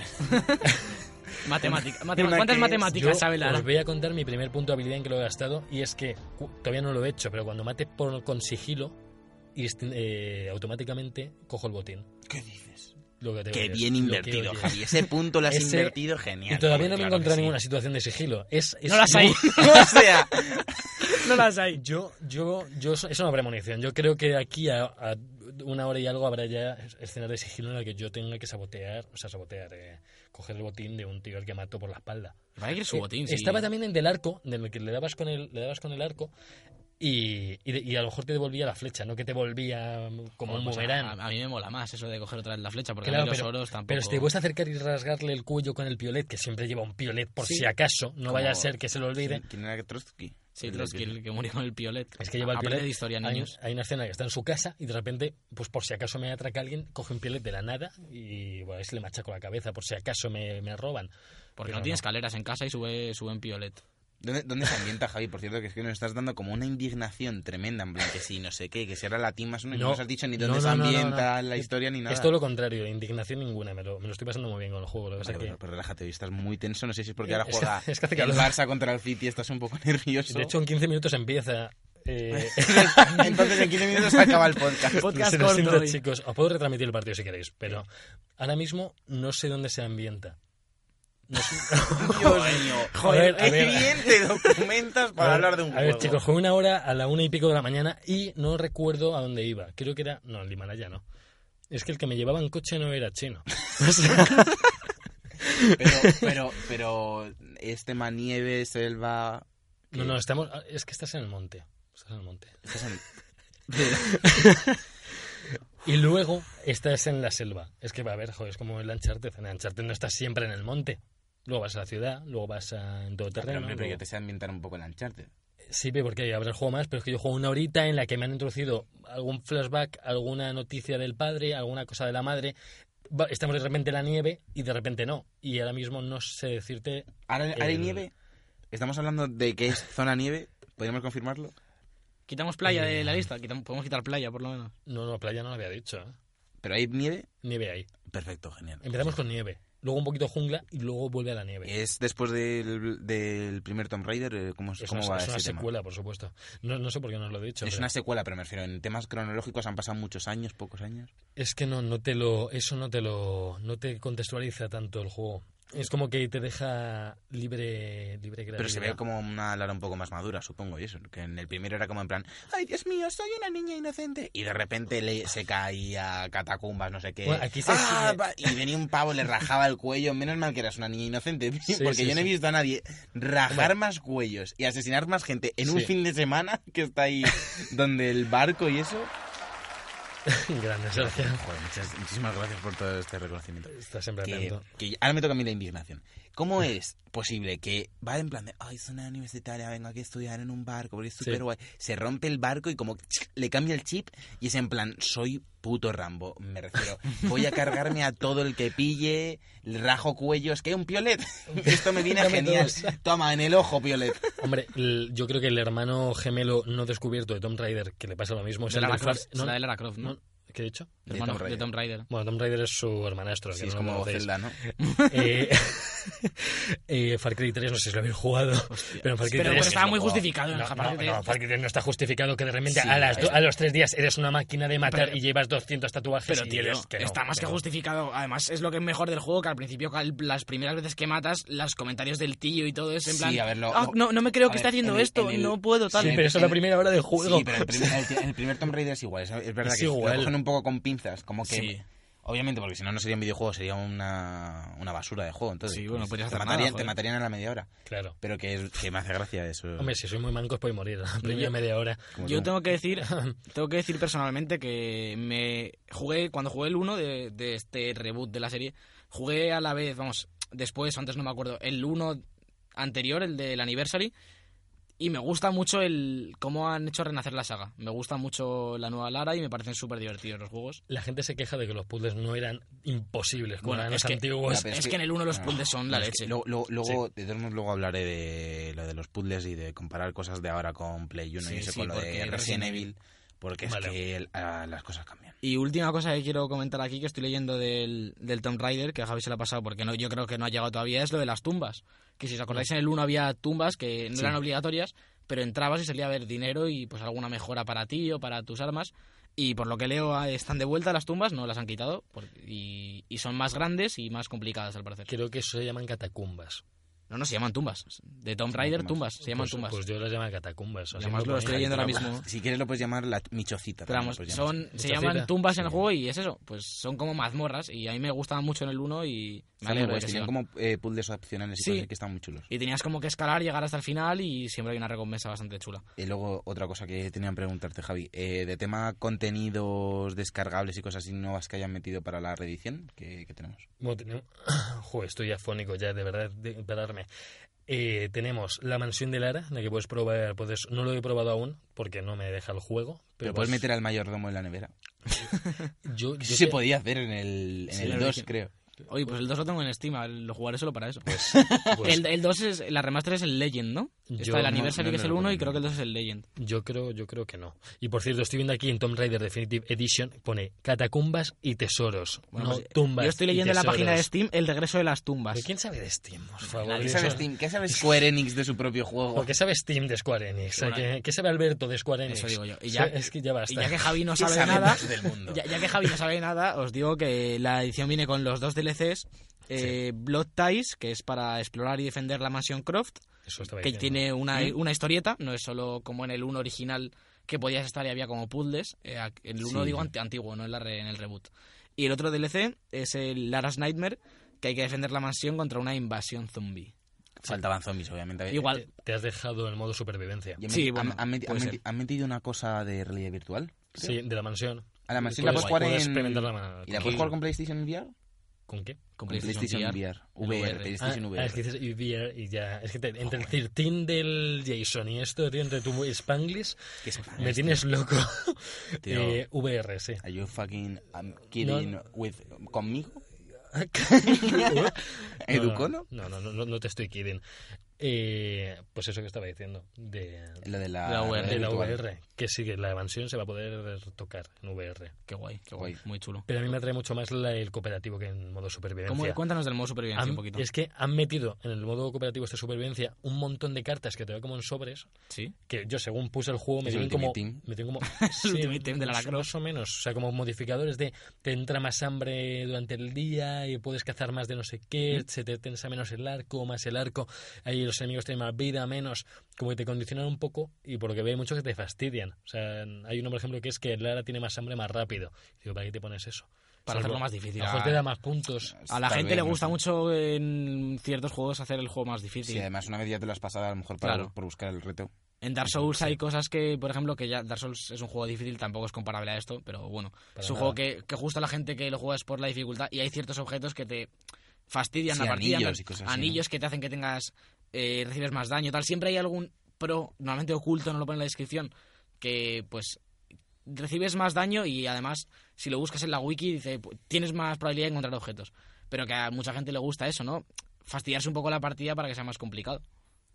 C: Matemática.
B: Una
C: Matemática. ¿Cuántas
B: que-
A: Yo
C: matemáticas sabe Lara?
A: os voy a contar mi primer punto de habilidad en que lo he gastado y es que cu- todavía no lo he hecho, pero cuando mate por, con sigilo, inst- eh, este, automáticamente cojo el botín.
B: ¿Qué dices?
A: lo que te
B: Qué
A: oyes,
B: bien
A: lo que
B: invertido,
A: oyes.
B: Javi. Ese punto lo has
A: Ese-
B: invertido genial.
A: Y todavía
B: joder,
A: no me he
B: claro que
A: encontrado
B: sí.
A: ninguna situación de sigilo. Es, es-
C: No las hay.
B: o sea,
C: No las hay.
A: Yo, yo, yo, es una premonición. Yo creo que aquí a, a una hora y algo habrá ya escenas de sigilo en la que yo tenga que sabotear, o sea, sabotear, eh, coger el botín de un tío al que mató por la espalda.
C: Va a ir su
A: Eh,
C: botín, sí.
A: Estaba también en del arco, del que le dabas con el, le dabas con el arco y, y, de- y a lo mejor te devolvía la flecha, no que te volvía como
C: Bueno,
A: un
C: pues a-
A: boomerang.
C: A, a mí me mola más eso de coger otra vez la flecha, porque
A: Claro,
C: a mí los
A: pero- este
C: oros tampoco...
A: Pero si te puedes acercar y rasgarle el cuello con el piolet, que siempre lleva un piolet por
C: Sí.
A: si acaso, no
B: Como-
A: vaya a ser que se lo olvide.
B: ¿quién- ¿Quién era Trotsky?
C: Sí,
B: El de-
C: Trotsky, el que murió con el piolet.
A: este Es que lleva el
C: Aprende
A: piolet.
C: de historia,
A: hay,
C: niños.
A: hay una escena que está en su casa y de repente, pues por si acaso me atraca alguien, coge un piolet de la nada y bueno, ahí se le machaco la cabeza por si acaso me, me roban.
C: Porque
A: Pero
C: no tiene
A: no.
C: escaleras en casa y sube, sube en piolet.
B: ¿Dónde, ¿Dónde se ambienta, Javi? Por cierto, que es que nos estás dando como una indignación tremenda, en plan, que sí, no sé qué, que si ahora latimos, no, y no
A: No.
B: nos has dicho ni
A: No,
B: dónde
A: no,
B: se
A: no, no,
B: ambienta
A: no.
B: la historia ni nada.
A: Es todo lo contrario, indignación ninguna. Me lo, me lo estoy pasando muy bien con el juego. Lo que pasa
B: Vale,
C: pues,
A: que-
B: pero, pero relájate, hoy estás muy tenso, no sé si es porque
A: Eh,
B: ahora
A: es que-
B: juega
A: es que hace
B: el
A: calor.
B: Barça contra el City, estás un poco nervioso.
A: de hecho, en 15 minutos empieza. eh,
B: Entonces en 15 minutos se acaba el podcast.
C: Podcast
A: Se lo siento,
C: corto. hoy.
A: chicos. Os puedo retransmitir el partido si queréis, pero ahora mismo no sé dónde se ambienta. No sé-
B: Dios mío.
A: Joder, a
B: Qué
A: ver.
B: bien te documentas para
A: A ver,
B: hablar de
A: A
B: un juego.
A: ver, chicos, jugué una hora a la una y pico de la mañana y no recuerdo a dónde iba. Creo que era. No, el Himalaya no. Es que el que me llevaba en coche no era chino. O sea,
B: Pero, pero, pero, este manieve, selva...
A: no, no, estamos. Es que estás en el monte. Estás en el monte.
B: Estás en-
A: Y luego estás en la selva. Es que va a ver, joder, es como el Uncharted. En el Uncharted no estás siempre en el monte. Luego vas a la ciudad, luego vas a, en todo
B: Pero,
A: terreno.
B: hombre, pero
A: luego-
B: yo te sé ambientar un poco en Uncharted.
A: Sí, pero porque habrá el juego más, pero es que yo juego una horita en la que me han introducido algún flashback, alguna noticia del padre, alguna cosa de la madre. Va- Estamos de repente en la nieve y de repente no. Y ahora mismo no sé decirte.
B: ¿Ahora, ahora hay
A: El-
B: nieve? ¿Estamos hablando de que es zona nieve? ¿Podríamos confirmarlo?
C: ¿Quitamos playa de la lista? Quitamos- podemos quitar playa, por lo menos.
A: No, no, playa no lo había dicho. ¿eh?
B: ¿Pero hay nieve?
A: Nieve ahí.
B: Perfecto, genial.
A: Empezamos con nieve, luego un poquito jungla y luego vuelve a la nieve.
B: ¿Es después del, del primer Tomb Raider? eh, ¿Cómo,
A: Es
B: cómo
A: una,
B: va
A: es una
B: ese tema?
A: secuela, por supuesto. No, no sé por qué no os lo he dicho.
B: Es
A: pero
B: una secuela, pero me refiero, en temas cronológicos han pasado muchos años, pocos años.
A: Es que no, no te lo, eso no te lo, no te contextualiza tanto el juego. Es como que te deja libre, libre
B: Pero se ve
A: creatividad.
B: como una Lara un poco más madura, supongo, y eso. Que en el primero era como en plan, ¡ay, Dios mío, soy una niña inocente! Y de repente le, se caía catacumbas, no sé qué.
A: Bueno, aquí se
B: ¡Ah,
A: sigue-
B: va! Y venía un pavo, le rajaba el cuello. Menos mal que eras una niña inocente,
A: Sí,
B: porque
A: sí,
B: yo no he
A: sí.
B: visto a nadie rajar más cuellos y asesinar más gente en un
A: Sí.
B: fin de semana que está ahí donde el barco y eso.
A: Grande, Sergio.
B: Joder, muchas- muchísimas gracias por todo este reconocimiento.
A: Está siempre
B: que,
A: atento.
B: que ahora me toca a mí la indignación. ¿Cómo es posible que va en plan de, ay, soy una universitaria, vengo aquí a estudiar en un barco, porque es
A: Sí.
B: súper guay? Se rompe el barco y como chic, le cambia el chip y es en plan, soy puto Rambo, me refiero. Voy a cargarme a todo el que pille, le rajo cuellos, que un piolet. Esto me viene
A: Dame
B: genial.
A: dos.
B: Toma, en el ojo, piolet.
A: Hombre, el- yo creo que el hermano gemelo no descubierto de Tom Raider, que le pasa lo
B: Pues
A: mismo, es
C: De
A: el
C: Lara
A: del
C: Croft,
A: Flash-
C: es
A: no,
C: la de Lara Croft, ¿no?
A: no, ¿Qué he dicho?
B: De
C: Hermano
B: Tomb
C: de
B: Raider.
C: Tomb Raider.
A: Bueno, Tom Raider es su hermanastro.
B: Sí,
A: que
B: es
A: no lo
B: como
A: conocéis.
B: Zelda, ¿no?
A: Eh, eh, Far Cry 3, no sé si lo habéis jugado. Pero, en Far Cry
C: Pero,
A: 3
C: pero estaba muy
B: loco.
C: justificado en
A: No,
C: Japón.
A: no, no, Far Cry 3 no está justificado que de repente
B: Sí,
A: a, las do-
B: es-
A: a los tres días eres una máquina de matar
C: Pero-
A: y llevas 200 tatuajes
C: Pero
A: y
C: tío,
A: eres que no,
C: está más que
A: no.
C: justificado. Además, es lo que es mejor del juego, que al principio, cal- las primeras veces que matas, los comentarios del tío y todo es en
B: Sí,
C: plan...
B: a ver, lo-
C: "Ah,
B: lo-
C: no, no me creo
B: a
C: que
B: ver,
C: está haciendo
B: en el-
C: esto,
B: en el-
C: no puedo, tal.
A: Sí, pero eso es la primera hora del juego.
B: Sí, pero el primer, el, el primer Tomb Raider es igual. Es, es verdad
A: Es
B: que
A: igual.
B: lo cogen un poco con pinzas. Como que.
C: Sí.
B: Obviamente, porque si no, no sería un videojuego, sería una, una basura de juego. Entonces,
C: Sí, bueno,
B: pues,
C: podrías
B: te,
C: hacer nada,
B: matarían, te
C: joder.
B: matarían a la media hora.
A: Claro.
B: Pero que, es- que me hace gracia eso.
A: Hombre, si soy muy manco os puedo morir. La primera
C: yo-
A: media hora.
B: como
C: Yo
B: tú.
C: tengo que decir, tengo que decir personalmente que me jugué, cuando jugué el 1 de, de este reboot de la serie, jugué a la vez, vamos, después, antes no me acuerdo, el 1 anterior, el del Anniversary, y me gusta mucho el cómo han hecho renacer la saga. Me gusta mucho la nueva Lara y me parecen súper divertidos los juegos.
A: La gente se queja de que los puzzles no eran imposibles, como
C: Bueno,
A: eran
C: es
A: los
C: que-
A: antiguos.
B: Ya, pero
C: es que en el uno los puzzles son la
B: Ah, es que
C: leche.
B: Luego, luego- luego, de todos modos, luego hablaré de lo de los puzzles y de comparar cosas de ahora con Play 1 y
C: Sí,
B: eso
C: sí,
B: con lo
C: porque
B: de Resident
C: Resident
B: Evil. Porque
A: Vale.
B: es que el- ah, las cosas cambian.
C: Y última cosa que quiero comentar aquí, que estoy leyendo del, del Tomb Raider, que a Javi se lo ha pasado porque no, yo creo que no ha llegado todavía, es lo de las tumbas. Que si os acordáis, en el 1 había tumbas que no
B: Sí.
C: eran obligatorias, pero entrabas y salía a ver dinero y pues alguna mejora para ti o para tus armas. Y por lo que leo, ah, están de vuelta las tumbas, no las han quitado. por- y, y son más grandes y más complicadas, al parecer.
A: Creo que eso se llaman catacumbas.
C: No, no, se llaman tumbas. De Tomb Raider, tumbas. Se llaman
A: Pues-
C: tumbas.
A: Pues yo las llamo catacumbas. así
C: Además,
A: me
C: lo
A: ponen
C: estoy
A: ahí.
C: leyendo ahora mismo.
B: Si quieres lo puedes llamar la michocita. también
C: Pero vamos,
B: lo puedes llamar.
C: son, se
A: Muchas
C: llaman
A: gracias.
C: tumbas en el
A: Sí.
C: juego y es eso. Pues son como mazmorras y a mí me gustaban mucho en el 1 y me
B: Están muy
C: alegro de
B: guays,
C: que
B: tenían
C: sigan.
B: como eh, puzzles opcionales y
C: Sí.
B: cosas que están muy chulos.
C: Y tenías como que escalar, llegar hasta el final y siempre hay una recompensa bastante chula.
B: Y luego otra cosa que tenían que preguntarte, Javi, eh, de tema contenidos descargables y cosas así nuevas que hayan metido para la reedición que, que tenemos.
A: Bueno, tenemos... Joder, estoy afónico ya, de verdad, de pararme. Eh, tenemos la mansión de Lara, la que puedes probar. Puedes... No lo he probado aún porque no me deja el juego. Pero,
B: Pero puedes
A: pues,
B: meter al mayordomo en la nevera.
A: Yo, yo
B: Eso se
A: te-
B: podía hacer en el, en
C: Sí,
B: el
C: la
B: 2,
C: origen-
B: creo.
C: Oye, pues el 2 lo tengo en Steam, a ver, lo jugaré solo para eso.
A: pues,
C: el, el 2 es, la remaster es el Legend, ¿no?
A: Yo
C: Está el
A: no-
C: Anniversary
B: no
C: que es
B: lo
C: el 1 y
B: recuerdo.
C: creo que el 2 es el Legend.
A: Yo creo, yo creo que no. Y por cierto, estoy viendo aquí en Tomb Raider Definitive Edition, pone catacumbas y tesoros,
C: Bueno,
A: no
C: pues,
A: tumbas.
C: Yo estoy
A: y
C: leyendo en la página de
A: tesoros.
C: Steam El regreso de las tumbas.
A: ¿Pero ¿Quién sabe de Steam, por favor?
B: ¿Qué sabe Steam? ¿Qué sabe Square Enix de su propio juego?
A: ¿O qué sabe Steam de Square Enix?
C: Bueno,
A: ¿Qué, qué sabe Alberto de Square Enix?
C: Eso digo yo. Y
A: O
C: ya-
A: sea, es que ya basta.
C: Y ya que Javi no
B: ¿Qué
C: sabe de
B: sabe
C: nada,
B: más del mundo?
C: ya, ya que Javi no sabe de nada, os digo que la edición viene con los dos DLCs. Eh, Blood Ties, que es para explorar y defender la mansión Croft,
A: Eso estaba
C: que
A: diciendo.
C: tiene una, una historieta, no es solo como en el 1 original que podías estar y había como puzzles. eh, ac- en el 1
B: Sí.
C: digo ant- antiguo, no en, la re- en el reboot. Y el otro DLC es el Lara's Nightmare, que hay que defender la mansión contra una invasión zombie.
B: Faltaban zombies, obviamente.
C: Igual,
A: Te- Te has dejado el modo supervivencia.
B: Y han
C: Sí,
B: meti-
C: bueno,
B: han- han, meti-
C: puede
B: han
C: ser.
B: meti- han metido una cosa de realidad virtual. creo.
A: Sí, de la mansión.
B: A la mansión la
A: Puedes-
B: puedes jugar
A: puedes
B: en...
A: experimentar la ma-
B: ¿Y la
A: con-
B: puedes jugar con PlayStation VR?
A: ¿Con qué?
C: con PlayStation VR.
B: VR,
C: VR.
B: PlayStation
A: Ah,
B: VR.
A: ah, es que dices y VR y ya. Es que te- entre el 13 del Jason y esto, tío, entre tu Spanglish,
B: Que se-
A: me tienes loco.
B: Tío.
A: Eh, VR, sí.
B: Are you fucking I'm kidding with conmigo? ¿Educono?
A: No, no, no, no, no te estoy kidding. Eh, pues eso que estaba diciendo, de,
B: Lo de la,
C: La VR.
B: realidad
A: de la
B: virtual.
A: VR, que sí, que la mansión se va a poder tocar en VR.
C: Qué guay, qué guay,
B: Guay.
C: muy chulo.
A: Pero a mí me atrae mucho más la- el cooperativo que en modo
C: ¿Cómo-
A: supervivencia.
C: cuéntanos del modo
A: Han-
C: supervivencia un poquito.
A: es que han metido en el modo cooperativo este supervivencia un montón de cartas que te veo como en sobres,
C: Sí.
A: que yo según puse el juego me
B: Es el
A: dieron como...
B: Ultimate Team.
A: Me dieron como
C: el Ultimate Team de la
A: más-
C: lacrosse.
A: Más o menos, o sea, como modificadores de te entra más hambre durante el día y puedes cazar más de no sé qué, se te tensa menos el arco, más el arco, ahí los enemigos tienen más vida, menos, como que te condicionan un poco y por lo que veo hay muchos que te fastidian. O sea, hay uno, por ejemplo, que es que Lara tiene más hambre más rápido. Digo, ¿para qué te pones eso?
C: Para hacerlo
A: Salvo-
C: más difícil.
A: A lo mejor
C: Ah.
A: te da más puntos.
C: A la
B: Tal
C: gente
B: vez,
C: le
B: no
C: gusta
B: sé.
C: mucho en ciertos juegos hacer el juego más difícil.
B: Sí, además una vez ya te lo has pasado a lo mejor para,
C: Claro.
B: por buscar el reto.
C: en Dark Souls hay cosas que, por ejemplo, que ya Dark Souls es un juego difícil, tampoco es comparable a esto, pero bueno, es un
A: nada.
C: juego que, que justo la gente que lo juega es por la dificultad y hay ciertos objetos que te fastidian
B: Sí,
C: la partida,
B: anillos
C: pero-
B: y cosas así,
C: anillos que te hacen que tengas eh, recibes más daño, tal. Siempre hay algún pro, normalmente oculto, no lo pone en la descripción, que pues recibes más daño y además si lo buscas en la wiki dice pu- tienes más probabilidad de encontrar objetos, pero que a mucha gente le gusta eso, ¿no? Fastidiarse un poco la partida para que sea más complicado.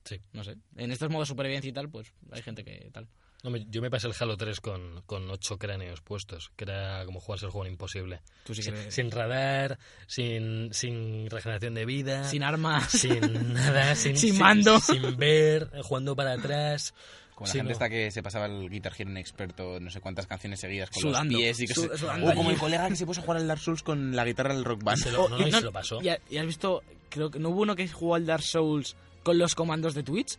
A: Sí.
C: No sé. En estos modos supervivencia y tal, pues hay gente que tal.
A: No, me- yo me pasé el Halo 3 con, con ocho cráneos puestos, que era como jugarse el juego en imposible.
C: Tú Pues sí
A: Sin,
C: que-
A: sin radar, sin, sin regeneración de vida,
C: sin armas.
A: sin nada, sin,
C: Sin mando.
A: sin, ver, jugando para atrás.
B: Como la
A: Sí,
B: gente
A: no.
B: está que se pasaba el Guitar Hero en experto no sé cuántas canciones seguidas con
C: Sudando.
B: los pies y cosas.
C: Su- sudando
B: o como
C: allí.
B: el colega que se puso a jugar al Dark Souls con la guitarra del Rock
A: Se
B: Band.
A: lo,
C: Oh,
A: no,
C: y
A: no, y
C: no-
A: se lo pasó.
C: ¿Y, ha- y has visto, creo que no hubo uno que jugó al Dark Souls con los comandos de Twitch.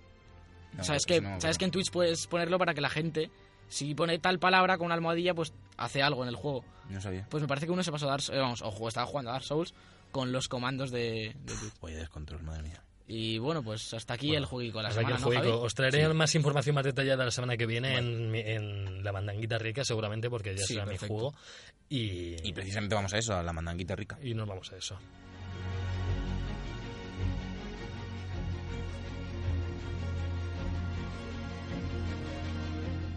B: No,
C: sabes
B: pues
C: que,
B: no,
C: sabes que en Twitch puedes ponerlo para que la gente, si pone tal palabra con una almohadilla, pues hace algo en el juego.
B: No sabía.
C: Pues me parece que uno se pasó a Dark Souls, vamos, o jugó- estaba jugando a Dark Souls con los comandos de, de Twitch.
B: Oye, descontrol, madre mía.
C: Y bueno, pues hasta aquí el jueguico de la
A: Hasta aquí
C: semana,
A: el
C: ¿no,
A: jueguico.
C: Javi?
A: Os traeré más información más detallada la semana que viene en, mi- en la bandanguita rica, seguramente, porque ya
C: Sí,
A: será
C: perfecto.
A: mi juego. Y,
B: Y precisamente vamos a eso, a la mandanguita rica.
A: y nos vamos a eso.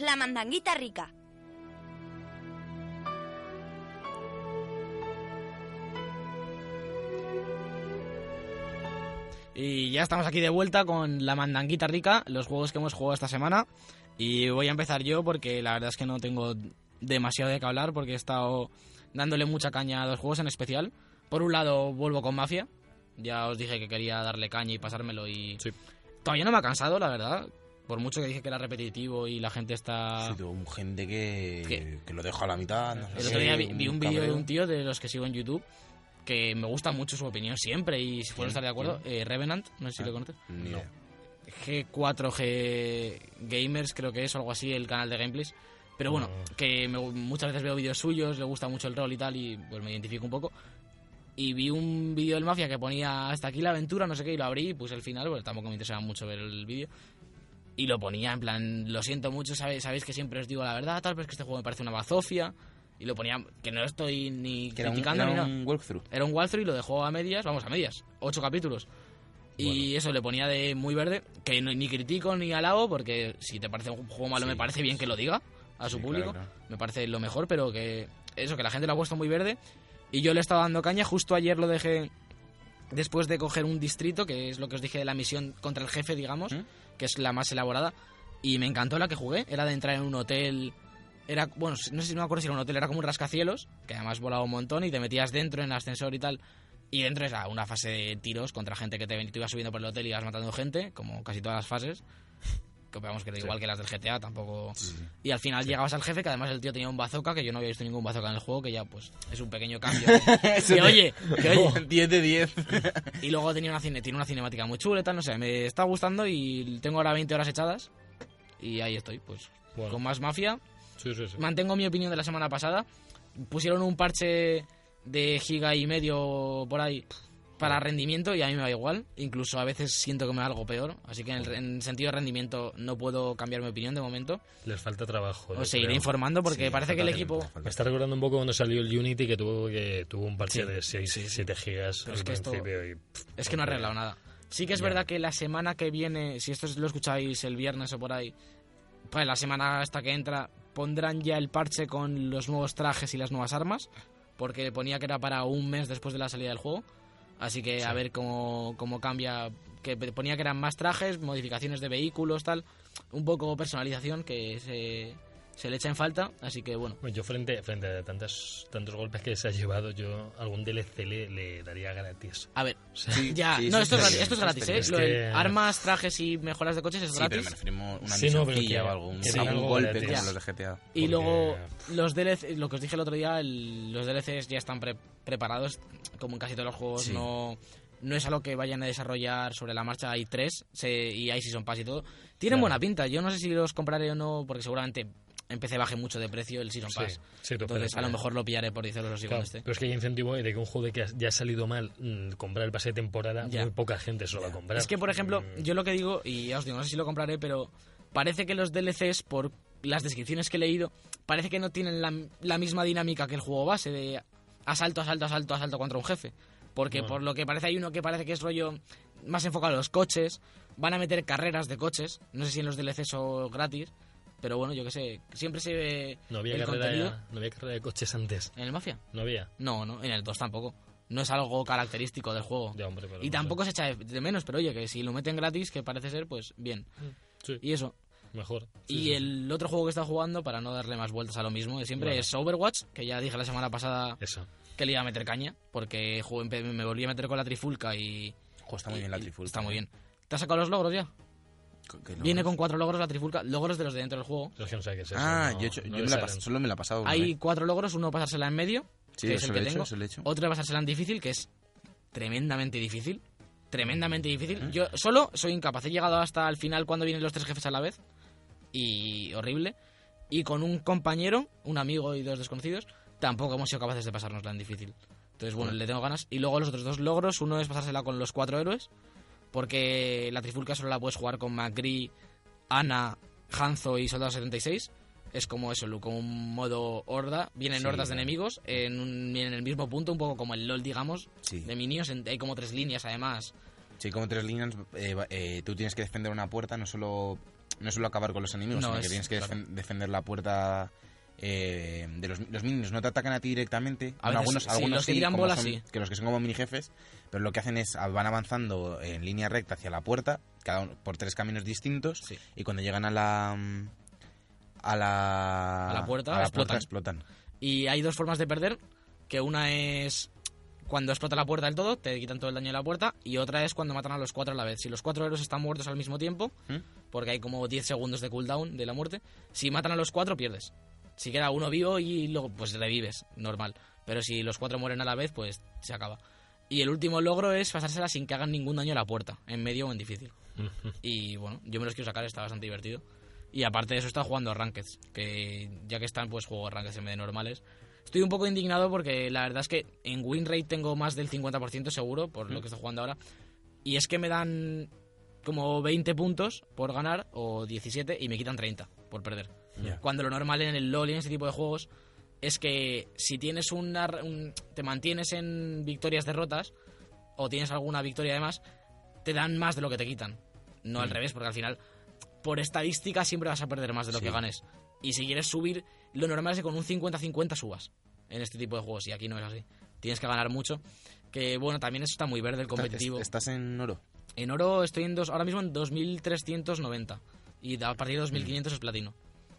D: La mandanguita rica.
C: Y ya estamos aquí de vuelta con la mandanguita rica, los juegos que hemos jugado esta semana. Y voy a empezar yo porque la verdad es que no tengo demasiado de qué hablar porque he estado dándole mucha caña a dos juegos en especial. Por un lado, vuelvo con Mafia. Ya os dije que quería darle caña y pasármelo y...
A: Sí.
C: Todavía no me ha cansado, la verdad. Por mucho que dije que era repetitivo y la gente está...
B: Sí, tuvo gente que,
C: Ah. ¿Qué?
B: que lo deja a la mitad. no
C: El
B: sé,
C: otro día vi, vi un vídeo de
B: cabreo.
C: un tío de los que sigo en YouTube que me gusta mucho su opinión siempre y si puedo estar de acuerdo, eh, Revenant, no sé si
B: Ah.
C: lo conoces.
B: Ni idea.
C: G4G Gamers, creo que es, o algo así, el canal de gameplays. Pero bueno,
A: Mm.
C: que me gu- muchas veces veo vídeos suyos, le gusta mucho el rol y tal, y pues me identifico un poco. Y vi un vídeo del Mafia que ponía hasta aquí la aventura, no sé qué, y lo abrí y puse el final, porque tampoco me interesaba mucho ver el vídeo. Y lo ponía en plan, lo siento mucho, sabéis, sabéis que siempre os digo la verdad, tal, pero es que este juego me parece una bazofia. Y lo ponía, que no estoy ni
B: Que era un,
C: criticando ni
B: era
C: nada
B: un walkthrough.
C: era un walkthrough y lo dejó a medias, vamos, a medias, ocho capítulos. Y
A: Bueno.
C: eso le ponía de muy verde, que no- ni critico ni alabo, porque si te parece un juego malo,
B: Sí,
C: me parece bien que lo diga a su
B: Sí,
C: público,
B: claro, claro.
C: me parece lo mejor, pero que eso, que la gente lo ha puesto muy verde. Y yo le estaba dando caña, justo ayer lo dejé después de coger un distrito, que es lo que os dije de la misión contra el jefe, digamos,
B: ¿Mm?
C: que es la más elaborada. Y me encantó la que jugué, era de entrar en un hotel era bueno no sé si no me acuerdo si era un hotel era como un rascacielos que además volaba un montón y te metías dentro en el ascensor y tal y dentro era una fase de tiros contra gente que te, ven- tú ibas subiendo por el hotel y ibas matando gente como casi todas las fases que vamos que era igual que las del GTA tampoco y al final llegabas al jefe que además el tío tenía un bazooka que yo no había visto ningún bazooka en el juego que ya pues es un pequeño cambio
B: Eso
C: que,
B: te-
C: oye que oye
B: 10 de 10.
C: y luego tenía una cine, tiene una cinemática muy chula y tal, no sé, me está gustando y tengo ahora 20 horas echadas y ahí estoy, pues
A: Bueno.
C: con más mafia
A: Sí, sí, sí.
C: mantengo mi opinión de la semana pasada. Pusieron un parche de giga y medio por ahí para rendimiento y a mí me va igual. Incluso a veces siento que me va algo peor. Así que en, el- en sentido de rendimiento no puedo cambiar mi opinión de momento.
A: Les falta trabajo. yo
C: Os seguiré
A: creo.
C: informando porque
B: Pues Sí,
C: parece que el
B: totalmente,
C: equipo...
A: Me
B: totalmente.
A: está recordando un poco cuando salió el Unity que tuvo que tuvo un parche
C: Sí.
A: de 6, 7 gigas
C: Pero
A: al
C: es que esto-
A: principio y, pff,
C: Es que no ha arreglado nada. Sí que es
A: Ya.
C: verdad que la semana que viene, si esto lo escucháis el viernes o por ahí, pues la semana hasta que entra, pondrán ya el parche con los nuevos trajes y las nuevas armas, porque ponía que era para un mes después de la salida del juego. Así que a
A: Sí.
C: ver cómo, cómo cambia, que pe- ponía que eran más trajes, modificaciones de vehículos, tal, un poco personalización que se, se le echa en falta, así que bueno.
A: bueno, Pues yo frente, frente a tantas, tantos golpes que se ha llevado, yo algún DLC le, le daría gratis.
C: A ver,
A: O sea,
C: ya,
B: sí,
C: no,
B: sí,
C: esto, es
B: sí,
C: gratis,
B: sí,
C: esto es
B: sí,
C: gratis,
B: sí,
C: ¿eh?
A: es
C: Lo de
A: que-
C: armas, trajes y mejoras de coches es
B: Sí, pero
C: gratis.
B: me referimos a una
A: Sí, no, pero
B: misioncilla
A: que-
B: o algo, un,
A: que
B: sí,
A: algo
B: un golpe
A: gratis.
B: como los de GTA.
C: Y
A: Porque-
C: luego los DLC, lo que os dije el otro día, el- los DLCs ya están pre- preparados, como en casi todos los juegos,
B: Sí.
C: no, no es algo que vayan a desarrollar sobre la marcha, hay tres se- y hay Season Pass y todo. Tienen
A: Claro.
C: buena pinta, yo no sé si los compraré o no, porque seguramente empecé baje mucho de precio el Season
A: Sí,
C: Pass.
A: sí, tú
C: Entonces
A: esperas,
C: a lo
A: eh.
C: mejor este. lo pillaré por 10 euros o así
A: Claro,
C: cuando esté.
A: Pero es que hay incentivo de que un juego de que ya ha salido mal, mm, comprar el pase de temporada,
C: Ya.
A: muy poca gente se lo va a comprar.
C: Es que, por ejemplo,
A: Mm,
C: yo lo que digo, y ya os digo, no sé si lo compraré, pero parece que los DLCs, por las descripciones que he leído, parece que no tienen la, la misma dinámica que el juego base de asalto, asalto, asalto, asalto contra un jefe. Porque
A: Bueno.
C: por lo que parece hay uno que parece que es rollo más enfocado a los coches, van a meter carreras de coches, no sé si en los DLCs o gratis, pero bueno, yo qué sé, siempre se ve
A: no, había
C: el contenido
A: carrera, no había carrera de coches antes,
C: en el Mafia.
A: no había.
C: No, no, en el 2 tampoco. No es algo característico del juego.
A: Ya, hombre, pero no
C: Y
A: sé.
C: tampoco se echa de, de menos, pero oye, que si lo meten gratis, que parece ser, pues bien.
A: Sí,
C: Y eso.
A: mejor. Sí,
C: y
A: sí,
C: el otro juego que está jugando, para no darle más vueltas a lo mismo de siempre,
A: Vale.
C: es Overwatch, que ya dije la semana pasada
A: Eso.
C: que le iba a meter caña, porque jugué- empe- me volví a meter con la trifulca y...
B: Ojo, está muy
C: y-
B: bien la
C: y-
B: trifulca.
C: Está muy bien. ¿Te has sacado los logros ya?
B: Que lo-
C: Viene con cuatro logros la trifulca, logros de los de dentro del juego.
A: Eso es que no sé qué es eso,
B: Ah,
A: no-
B: yo, he hecho- yo
A: no
B: me
A: le
B: la he
A: salen.
B: pas- solo me la he pasado. una
C: Hay
B: vez.
C: cuatro logros, uno pasársela en medio,
B: Sí,
C: que es
B: eso
C: el
B: lo
C: que
B: he hecho,
C: tengo.
B: eso lo he hecho.
C: Otro de pasársela en difícil, que es tremendamente difícil. Tremendamente difícil. Yo solo soy incapaz. He llegado hasta el final cuando vienen los tres jefes a la vez. Y horrible. Y con un compañero, un amigo y dos desconocidos, tampoco hemos sido capaces de pasárnosla en difícil. Entonces, bueno, le tengo ganas. Y luego los otros dos logros. Uno es pasársela con los cuatro héroes. Porque la trifulca solo la puedes jugar con McGree, Ana, Hanzo y Soldado 76. Es como eso, Lu, como un modo horda. Vienen
B: Sí,
C: hordas de
B: claro.
C: enemigos en, un- en el mismo punto, un poco como el LOL, digamos,
B: Sí.
C: de minions. En- Hay como tres líneas además.
B: Sí, como tres líneas, eh, va- eh, tú tienes que defender una puerta, no solo, no solo acabar con los enemigos,
C: No,
B: sino
C: es-
B: que tienes que
C: claro.
B: defen- defender la puerta eh, de los, los minions no te atacan a ti directamente.
C: A veces
B: algunos
C: sí,
B: algunos
C: los que tiran
B: como
C: bolas
B: son-
C: sí.
B: Que los que son como mini jefes, pero lo que hacen es ah, van avanzando en línea recta hacia la puerta, cada uno por tres caminos distintos,
C: Sí.
B: y cuando llegan a la mm, a la
C: A la puerta,
B: puerta, explotan.
C: Y hay dos formas de perder, que una es cuando explota la puerta del todo, te quitan todo el daño de la puerta, y otra es cuando matan a los cuatro a la vez. Si los cuatro héroes están muertos al mismo tiempo,
B: ¿Mm?
C: porque hay como 10 segundos de cooldown de la muerte, si matan a los cuatro pierdes. Si queda uno vivo y luego pues revives, normal. Pero si los cuatro mueren a la vez, pues se acaba. Y el último logro es pasársela sin que hagan ningún daño a la puerta, en medio o en difícil. Y bueno, yo me los quiero sacar, está bastante divertido. Y aparte de eso, está jugando a Rankeds, que ya que están, pues juego a Rankeds en vez de normales. Estoy un poco indignado porque la verdad es que en win rate tengo más del 50% seguro, por lo que estoy jugando ahora. Y es que me dan como 20 puntos por ganar o 17 y me quitan 30 por perder.
A: Ya.
C: Cuando lo normal en el LoL y en este tipo de juegos es que si tienes una, un- te mantienes en victorias derrotas o tienes alguna victoria además, te dan más de lo que te quitan. No al revés, porque al final por estadística siempre vas a perder más de lo
B: Sí.
C: que ganes. Y si quieres subir, lo normal es que con un 50-50 subas en este tipo de juegos y aquí no es así. Tienes que ganar mucho. Que bueno, también eso está muy verde el competitivo.
B: Estás- Estás en oro.
C: En oro estoy en dos, ahora mismo en 2390. Y da- a partir de 2500 es platino.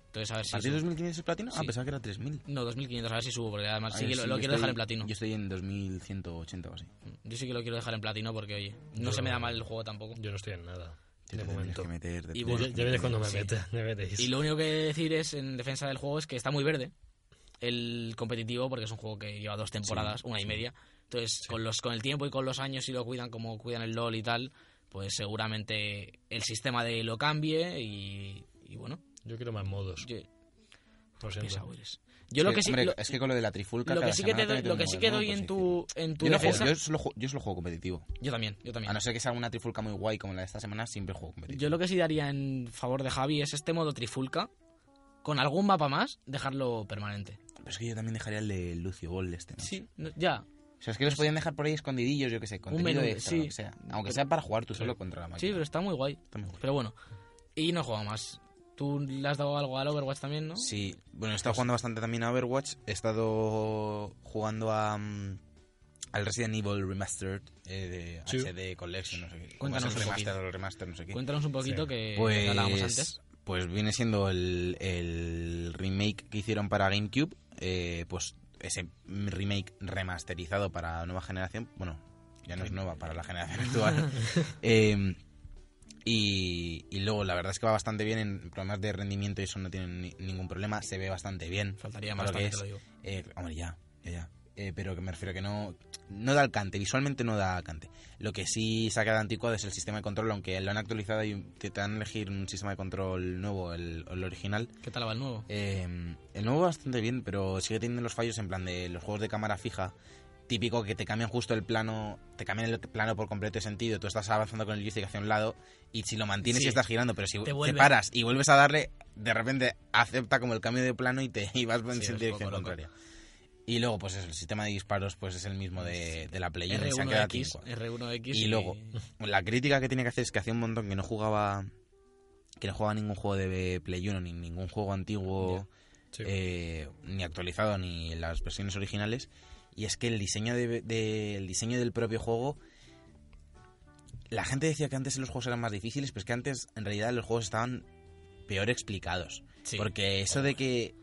C: Entonces, a ver si.
B: ¿A ti
C: subo.
B: 2.500 es platino? Ah,
C: Sí.
B: pensaba que era 3.000.
C: No, 2500, a ver si subo, porque además sí
B: Ah,
C: que
B: yo
C: lo,
B: sí,
C: lo
B: yo
C: quiero
B: estoy-
C: dejar en platino.
B: Yo
C: Yo,
B: estoy en 2.180 o así.
C: sí que lo quiero dejar en platino porque, oye, no
A: Yo-
C: se me da mal el juego tampoco.
A: Yo no estoy en nada,
B: Te
A: de
B: tendrías
A: momento.
B: que meter, te
C: Y
A: Ya-
C: bueno,
A: ya,
B: tendrías que
A: veréis cuando me
C: sí.
A: meta, ya veréis.
C: Y lo único que decir es, en defensa del juego, es que está muy verde el competitivo, porque es un juego que lleva dos temporadas, una y media. Entonces, con, los, con el tiempo y con los años, si lo cuidan como cuidan el LOL y tal, pues seguramente el sistema de lo cambie y, y bueno. pues
A: Yo quiero más modos,
C: Yo,
A: lo siento.
C: pesado eres. Yo lo que sí...
B: hombre,
C: lo-
B: es que con lo de la trifulca.
C: lo que
B: cada
C: sí que te
B: semana
C: doy,
B: te
C: lo que
B: meten
C: sí
B: un
C: que
B: nuevo,
C: doy en
B: pues
C: tu en tu
B: Yo, no juego,
C: defensa-
B: yo, solo juego, yo solo juego competitivo.
C: yo también, yo
B: A
C: también.
B: no ser que sea una trifulca muy guay como la de esta semana, siempre juego competitivo.
C: Yo lo que sí daría en favor de Javi es este modo trifulca con algún mapa más dejarlo permanente.
B: Pero es que yo también dejaría el de Lucio Ball este. ¿no?
C: Sí, no- ya.
B: O sea, es que los podían dejar por ahí escondidillos, yo que sé, contenido
C: menú,
B: extra,
C: sí.
B: lo que sea. Aunque sea para jugar tú solo contra la máquina.
C: Sí, pero está muy guay.
B: Está muy guay.
C: Pero bueno, y no juega más. Tú le has dado algo al Overwatch también, ¿no? Pues
B: Sí, bueno, he estado jugando bastante también a Overwatch. He estado jugando a, mm, al Resident Evil Remastered eh, de
A: Sí.
B: HD Collection, no sé qué. Como
C: Cuéntanos
B: es el
C: un poquito.
B: remaster, el remaster, no sé qué.
C: Cuéntanos un poquito
A: Sí.
C: que que hablábamos antes.
B: Pues, pues viene siendo el, el remake que hicieron para GameCube, eh, pues ese remake remasterizado para nueva generación, bueno, ya no es nueva para la generación actual. Eh, y, y luego la verdad es que va bastante bien en problemas de rendimiento y eso no tienen ni- ningún problema, se ve bastante bien.
C: Faltaría
B: para
C: más,
B: lo que
C: también te lo digo.
B: eh, hombre, ya, ya, ya. Eh, pero que me refiero que no, no da alcance, visualmente no da alcance. Lo que sí saca de anticuado es el sistema de control, aunque lo han actualizado y te, te han elegir un sistema de control nuevo, el, el original.
C: ¿Qué tal va el nuevo?
B: Eh, el nuevo va bastante bien, pero sigue teniendo los fallos en plan de los juegos de cámara fija. Típico que te cambian justo el plano, te cambian el plano por completo de sentido. Tú estás avanzando con el joystick hacia un lado y si lo mantienes
C: Sí.
B: y estás girando, pero si
C: Te
B: te,
C: vuelve.
B: paras y vuelves a darle, de repente acepta como el cambio de plano y te y vas en
C: Sí, es
B: dirección
C: poco loco.
B: contraria. Y luego, pues eso, el sistema de disparos pues es el mismo de, de la Play uno, Eh, se han quedado
C: R1X,
B: aquí.
C: R1X
B: Y luego, la crítica que tiene que hacer es que hacía un montón que no jugaba que no jugaba ningún juego de Play 1 ni ningún juego antiguo
A: Sí.
B: eh, ni actualizado ni en las versiones originales y es que el diseño de, de- el diseño del propio juego la gente decía que antes los juegos eran más difíciles pero es que antes en realidad los juegos estaban peor explicados
C: Sí.
B: porque eso de que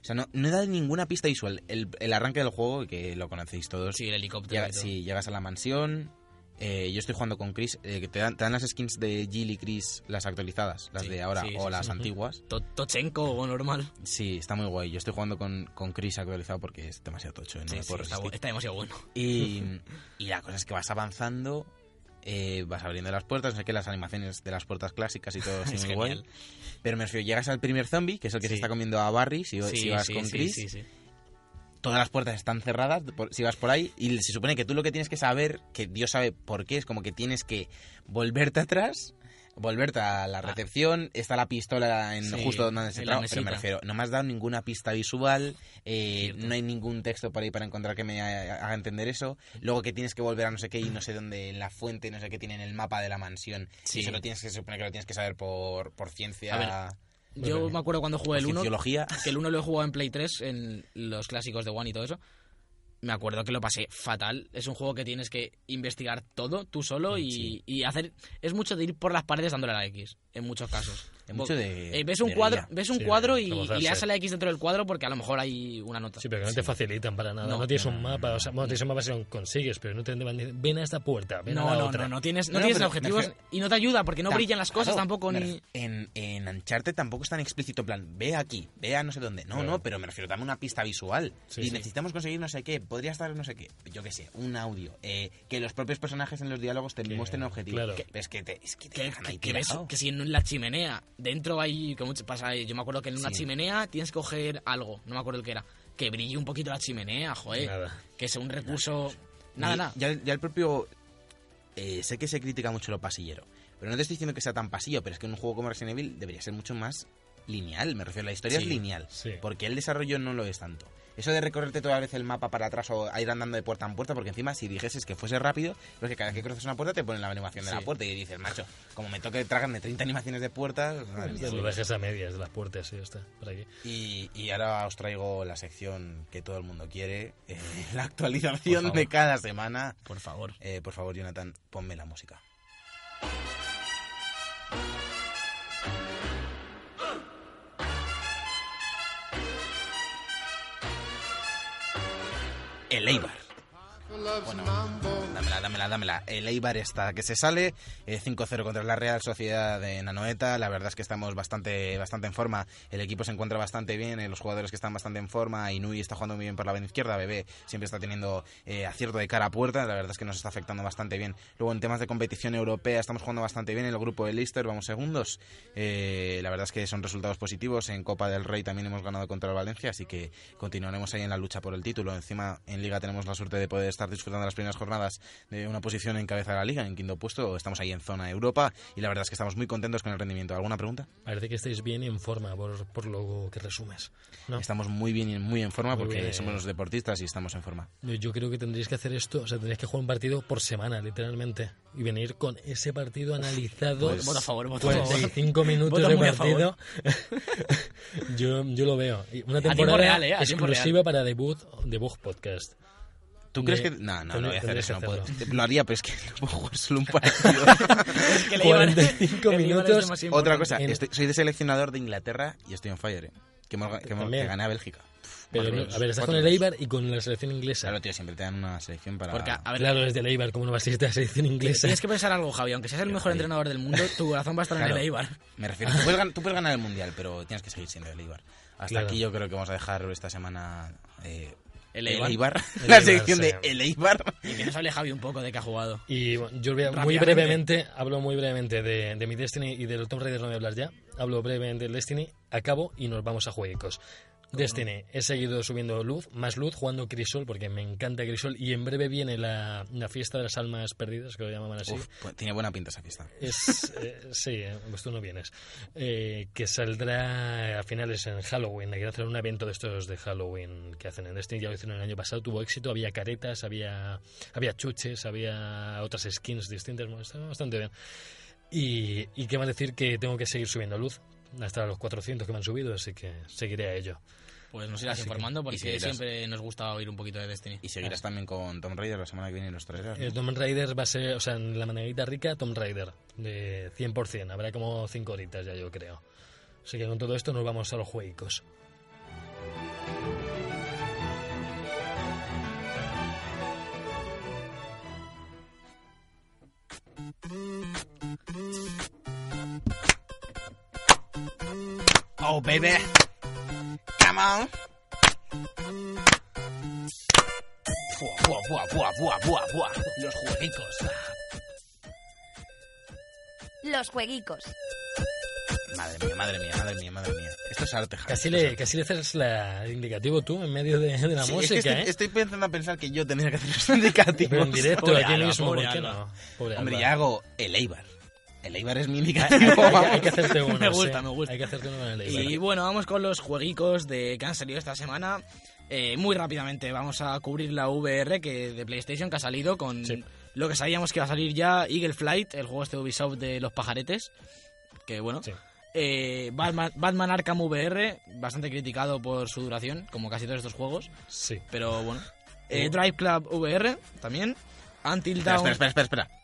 B: o sea no, no da ninguna pista visual el, el arranque del juego que lo conocéis todos
C: Sí, el helicóptero.
B: Llega-
C: y todo.
B: sí, llegas a la mansión. eh, yo estoy jugando con Chris. eh, que te, dan, te dan las skins de Jill y Chris, las actualizadas, las
C: Sí,
B: de ahora
C: sí,
B: o
C: sí,
B: las
C: sí.
B: antiguas.
C: To- Tochenko o normal.
B: Sí, está muy guay. Yo estoy jugando con, con Chris actualizado porque es demasiado tocho. eh, No
C: Sí,
B: me
C: sí,
B: puedo
C: está, bu-
B: resistir.
C: está demasiado bueno.
B: Y, y la cosa es que vas avanzando, eh, vas abriendo las puertas, no sé qué, las animaciones de las puertas clásicas y todo así
C: Es
B: muy guay.
C: genial.
B: Pero me refiero, llegas al primer zombie, que es el que se
C: Sí.
B: está comiendo a Barry, si, si vas con
C: sí,
B: Chris.
C: sí, sí.
B: todas las puertas están cerradas por- si vas por ahí y se supone que tú lo que tienes que saber, que Dios sabe por qué, es como que tienes que volverte atrás, volverte a la recepción, está la pistola en
C: Ah. Sí,
B: justo donde se
C: en la
B: traba, pero me
C: mesita.
B: refiero, no me has dado ninguna pista visual, eh,
C: Cierto.
B: no hay ningún texto por ahí para encontrar que me ha- haga entender eso, luego que tienes que volver a no sé qué y no sé dónde, en la fuente, no sé qué tiene en el mapa de la mansión,
C: Sí.
B: y eso pues lo tienes que se supone que lo tienes que saber por, por ciencia.
C: A ver, Yo me acuerdo cuando jugué el 1,
B: Cienciología.
C: que el 1 lo he jugado en Play 3, en los clásicos de One y todo eso. Me acuerdo que lo pasé fatal. Es un juego que tienes que investigar todo tú solo y,
B: Sí.
C: y hacer. Es mucho de ir por las paredes dándole a la X, en muchos casos.
B: Es mucho de-
C: Eh, ves un
B: de
C: cuadro,
B: guía.
C: ves un
A: Sí,
C: cuadro y,
A: rebozarse.
C: y le das a la X dentro del cuadro porque a lo mejor hay una nota.
A: Sí, pero que no te facilitan para nada. No,
C: No,
A: tienes
B: no,
A: un
B: no,
A: mapa.
B: no,
A: o sea, bueno, tienes un mapa si lo consigues, pero no te van a decir, ven a esta puerta, ven a
C: no,
A: la
C: no,
A: otra.
C: no, no tienes, no
B: No, no,
C: tienes
B: pero
C: objetivos
B: me refiero-
C: y no te ayuda porque no
B: Tam-
C: brillan las cosas
B: claro,
C: tampoco
B: me
C: ni.
B: ref- En, en Uncharted tampoco es tan explícito, en plan, ve aquí, ve a no sé dónde. No,
A: Claro.
B: no, pero me refiero, dame una pista visual.
A: Sí,
B: y
A: sí.
B: necesitamos conseguir no sé qué, podría estar no sé qué, yo qué sé, un audio. eh, que los propios personajes en los diálogos te
A: Que-
B: muestren objetivos.
A: claro.
B: Que- es que te, es que te
C: que,
B: dejan ahí
C: que- que ves
B: tirado.
C: que si en la chimenea dentro hay como se pasa yo me acuerdo que en una
B: Sí.
C: chimenea tienes que coger algo no me acuerdo el que era que brille un poquito la chimenea joder
A: Nada.
C: que sea un recurso nada nada
B: Ya, ya el propio... eh, sé que se critica mucho lo pasillero, pero no te estoy diciendo que sea tan pasillo, pero es que en un juego como Resident Evil debería ser mucho más lineal, me refiero, la historia
A: Sí,
B: es lineal,
A: sí.
B: porque el desarrollo no lo es tanto. Eso de recorrerte toda vez el mapa para atrás o a ir andando de puerta en puerta, porque encima si dijeses que fuese rápido, pero es que cada vez que cruzas una puerta te ponen la animación de la
C: Sí.
B: puerta y dices, macho, como me toque tragarme 30 animaciones de puertas, madre mía".
A: Lo dejes a medias de las puertas y ya está. Por aquí.
B: Y, y ahora os traigo la sección que todo el mundo quiere, eh, la
A: Por
B: actualización
A: favor.
B: de cada semana.
C: por favor
B: Eh, por favor, Jonathan, ponme la música. El Eibar. Bueno, dámela, dámela, dámela. El Eibar está que se sale. eh, 5-0 contra la Real Sociedad de Nanoeta. La verdad es que estamos bastante, bastante en forma. El equipo se encuentra bastante bien. eh, los jugadores que están bastante en forma. Inui está jugando muy bien por la banda izquierda. Bebé siempre está teniendo eh, acierto de cara a puerta. La verdad es que nos está afectando bastante bien. Luego en temas de competición europea estamos jugando bastante bien. En el grupo de Leicester vamos segundos. Eh, la verdad es que son resultados positivos. En Copa del Rey también hemos ganado contra el Valencia. Así que continuaremos ahí en la lucha por el título. Encima en Liga tenemos la suerte de poder estar disfrutando las primeras jornadas de una posición en cabeza de la Liga, en quinto puesto. Estamos ahí en zona Europa y la verdad es que estamos muy contentos con el rendimiento. ¿Alguna pregunta?
A: Parece que estáis bien en forma, por, por lo que resumes. ¿no?
B: Estamos muy bien y muy en forma
A: Muy
B: porque
A: bien.
B: somos los deportistas y estamos en forma.
A: Yo- Yo creo que tendríais que hacer esto, o sea, tendríais que jugar un partido por semana, literalmente, y venir con ese partido analizado.
B: pues,
C: voto a favor voto a favor
A: 45 minutos
C: Vota
A: de
C: muy a favor.
A: partido. yo, yo lo veo. Y Una
C: tiempo
A: temporada
C: real, eh, a tiempo
A: exclusiva para debut, debut podcast.
B: ¿Tú
A: Tendré-
B: crees que.? No, no, no voy a hacer
A: tendré-
B: eso. No
A: tendré
B: puedo.
A: que
B: Lo haría, pero es que no puedo jugar solo un partido.
C: Es que el Eibar-
A: 45
C: el Eibar es
A: minutos.
C: demasiado
B: Otra
C: importante.
B: cosa,
A: En-
B: estoy- soy de seleccionador de Inglaterra y estoy en fire. eh. Que, hemos- que, hemos-
A: También.
B: que gané a Bélgica. Pff,
A: Pero,
B: cuatro
A: no,
B: euros,
A: a ver, estás
B: cuatro
A: con el
B: euros.
A: Eibar y con la selección inglesa.
B: Claro, tío, siempre te dan una selección para.
C: porque a ver
A: Claro, desde el Eibar, como no vas a irte a la selección inglesa?
C: tienes que pensar algo Javi aunque seas el
B: Pero,
C: mejor
B: Javi.
C: entrenador del mundo tu corazón va a estar en
B: Claro.
C: el Eibar
B: Me refiero, tú puedes, gan- tú puedes ganar el mundial, pero tienes que seguir siendo el Eibar. Hasta
A: Claro.
B: aquí yo creo que vamos a dejar esta semana. eh,
C: El
A: El
C: Eibar.
B: la
A: Eibar,
B: sección
A: sí.
B: de El Eibar.
C: y que nos hable Javi un poco de que ha jugado
A: Y bueno, yo voy a- muy
C: Rápidamente.
A: brevemente, hablo muy brevemente de, de mi Destiny y del Tomb Raider, no voy a hablar ya. Hablo brevemente del Destiny, acabo y nos vamos a jueguicos. Destiny, he seguido subiendo luz, más luz, jugando Crisol, porque me encanta Crisol, y en breve viene la, la fiesta de las almas perdidas, que lo llamaban así.
B: Uf, pues, tiene buena pinta esa fiesta.
A: Es, eh, sí, eh, pues tú no vienes. Eh, que saldrá a finales en Halloween. Hay que hacer un evento de estos de Halloween que hacen en Destiny. Ya lo hicieron el año pasado, tuvo éxito. Había caretas, había, había chuches, había otras skins distintas. Bueno, estaba bastante bien. Y, y qué más decir que tengo que seguir subiendo luz hasta los 400 que me han subido, así que seguiré a ello.
C: pues nos irás
B: Así que-
C: informando porque
B: y seguirás.
C: siempre nos gusta oír un poquito de Destiny
B: Y seguirás también con Tom Raider la semana que viene y los traerás. ¿no?
A: Ah. El Eh, Tomb Raider va a ser, o sea, en la manerita rica, Tomb Raider, de 100%. Habrá como 5 horitas ya, yo creo. Así que con todo esto nos vamos a los juegos.
B: Oh, baby. Come on. Buah, buah, buah, buah, buah, buah, buah. Los jueguitos.
D: Los jueguicos.
B: Madre mía, madre mía, madre mía, madre mía. Esto es arte, Javi,
A: Casi
B: esto es
A: le,
B: arte.
A: casi le haces la, el indicativo tú en medio de, de la
B: Sí, es
A: música,
B: que este estoy,
A: ¿eh?
B: estoy pensando a pensar que yo tendría que hacer los indicativos.
A: Pero en directo,
C: Pobre
A: aquí
C: Alba,
A: mismo,
C: pobre
A: ¿por qué
C: Alba.
A: no? Pobre
B: Hombre,
A: Alba.
B: ya hago el Eibar. El Eibar es mi indicativo.
A: Hay, hay
B: vamos.
A: que hacerte uno,
C: Me gusta,
A: sí.
C: me gusta.
A: Hay que hacerte uno en el
C: Y
A: Eibar.
C: bueno, vamos con los jueguicos de que han salido esta semana. Eh, muy rápidamente vamos a cubrir la VR que de PlayStation que ha salido con
A: Sí.
C: lo que sabíamos que iba a salir ya Eagle Flight, el juego este de Ubisoft de los pajaretes. Que bueno,
A: Sí.
C: Eh, Batman, Batman Arkham VR, bastante criticado por su duración, como casi todos estos juegos,
A: Sí.
C: pero bueno. Eh, Drive Club VR también. Until
B: Uh. Espera,
C: Dawn.
B: espera, espera, espera, espera.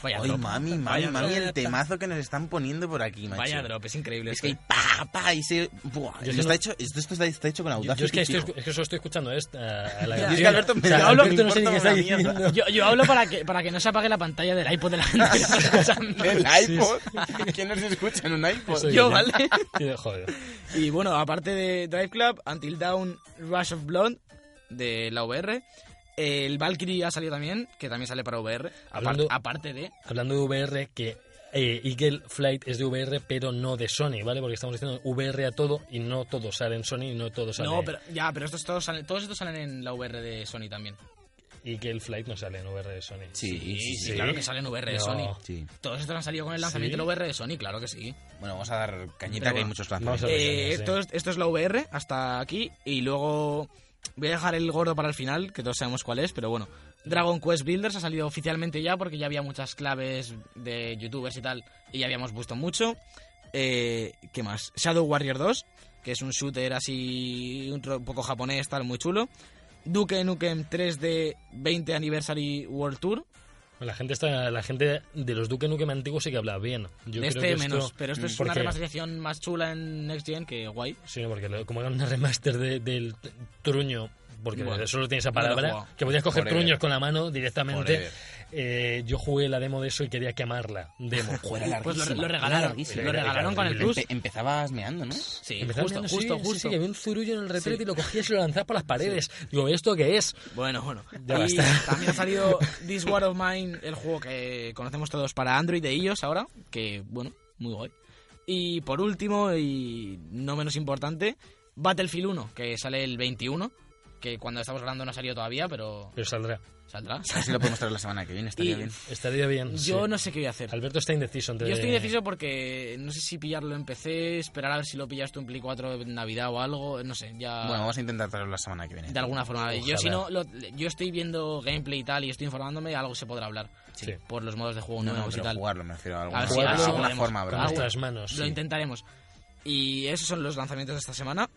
C: Vaya
B: Ay,
C: drop.
B: mami, mami,
C: Vaya
B: mami,
C: drop.
B: el temazo que nos están poniendo por aquí, macho.
C: Vaya drop, es increíble.
B: Es
C: esto.
B: que pa, pa, y se... Buah,
A: Yo que
B: esto está
A: no-
B: hecho, esto, esto está, está hecho con
A: Yo,
B: audacia.
A: yo es, que
B: tío.
A: estoy, es que solo estoy escuchando esta. a la
B: Ya.
A: canción.
B: Es que Alberto me-
A: O sea,
B: Alberto
A: Alberto
B: me
A: no sé ni
B: importa
A: qué está
B: una mierda.
A: diciendo.
C: Yo, yo hablo para que, para que no se apague la pantalla del iPod de la gente que está escuchando.
B: El iPod. ¿Quién nos escucha en un iPod?
A: Soy
C: yo, ¿vale?
A: Tío, Joder.
C: Y bueno, aparte de Drive Club, Until Dawn, Rush of Blonde de la VR, eh, el Valkyrie ha salido también, que también sale para VR. apar-
A: Hablando-
C: aparte de.
A: Hablando de VR, que eh, Eagle Flight es de VR, pero no de Sony, ¿vale? Porque estamos diciendo VR a todo y no todo sale en Sony y no todo sale.
C: No, pero ya, pero estos todos salen, todos estos salen en la VR de Sony también.
A: Eagle Flight no sale en VR de Sony.
B: Sí, sí, sí.
A: sí.
C: claro que salen en VR de
A: No.
C: Sony.
B: Sí.
C: Todos estos han salido con el lanzamiento
A: ¿Sí?
C: de la VR de Sony, claro que sí.
B: Bueno, vamos a dar cañita
C: Pero
B: que hay
C: bueno,
B: muchos
A: vamos a
B: lanzamientos.
A: ver.
C: Eh,
A: sí.
C: esto, es, esto es la VR hasta aquí y luego voy a dejar el gordo para el final, que todos sabemos cuál es, pero bueno. Dragon Quest Builders ha salido oficialmente ya porque ya había muchas claves de youtubers y tal y ya habíamos visto mucho. Eh, ¿Qué más? Shadow Warrior 2, que es un shooter así un tro- poco japonés, tal, muy chulo. Duke Nukem 3D 20 Anniversary World Tour.
A: La gente está, la gente de los Duke Nukem antiguos sí que habla bien. Yo
C: de
A: creo que
C: este menos,
A: esto, Mm.
C: pero esto es
A: porque-
C: una remasterización más chula en Next Gen que guay.
A: Sí, no, porque lo- como era una remaster de- del t- truño, porque
C: Bueno,
A: solo tiene esa
C: no lo he
A: palabra,
C: jugado.
A: que podías coger
B: Forever.
A: truños con la mano directamente.
B: Forever.
A: Eh, yo jugué la demo de eso y quería quemarla. Demo.
B: Joder, era
C: Pues lo-
B: larguísima,
C: lo
B: era
C: regalaron,
B: larguísima.
C: lo regalaron con el
B: Empe-
C: Plus.
B: empezabas meando, ¿no?
C: Sí,
A: Empezaba
C: justo,
A: mirando,
C: justo,
A: sí,
C: justo.
A: Sí, que había un zurullo en el retrete y lo cogías y lo lanzabas por las paredes. Digo, ¿esto qué es?
C: Bueno, bueno.
A: Ya
C: y
A: basta.
C: también ha salido This War of Mine, el juego que conocemos todos para Android e iOS ahora, que bueno, muy guay. Y por último, y no menos importante, Battlefield 1, que sale el 21, que cuando estamos hablando no ha salido todavía, pero
A: Pero saldrá.
C: saldrá.
B: A ver si lo podemos traer la semana que viene, estaría
C: Y-
B: bien.
A: Estaría bien.
C: Yo
A: sí.
C: no sé qué voy a hacer.
A: Alberto está indeciso. Entre...
C: Yo estoy indeciso porque no sé si pillarlo en PC, esperar a ver si lo pillas tú en Play 4 en Navidad o algo, no sé, ya...
B: Bueno, vamos a intentar traerlo la semana que viene.
C: de alguna forma. Yo
A: Eh, Ojalá.
C: si no, lo- yo estoy viendo gameplay y tal y estoy informándome, algo se podrá hablar
A: Sí.
C: por los modos de juego
B: No, no,
C: nuevos y
B: pero
C: tal.
B: jugarlo, me refiero a alguna,
C: A ver
A: si- a ver si
B: alguna
C: podemos.
B: forma,
A: Con
C: Ah,
B: ¿verdad?
C: bueno.
A: nuestras manos.
C: Lo
A: sí.
C: intentaremos. Y esos son los lanzamientos de esta semana.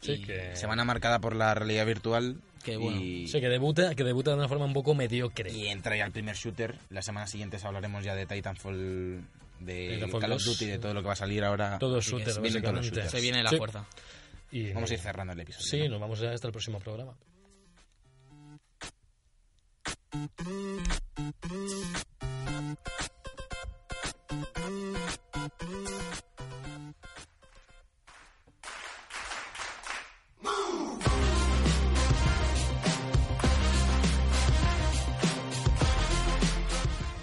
A: Sí,
C: Y-
A: que...
B: Semana marcada por la realidad virtual.
C: Que bueno.
B: Y,
A: sí, que debuta, que debuta de una forma un poco mediocre.
B: y entra ya el primer shooter. Las semanas siguientes hablaremos ya de Titanfall, de
A: Titanfall
B: Call of
A: 2,
B: Duty, de todo lo que va a salir ahora.
A: Todo
C: Así que
A: shooter,
C: se
B: vienen todos los
A: básicamente.
B: shooters.
C: Se viene la
A: Sí.
C: fuerza.
A: Y-
B: Vamos a ir cerrando el episodio.
A: Sí,
B: ¿no?
A: nos vamos a hasta el próximo programa.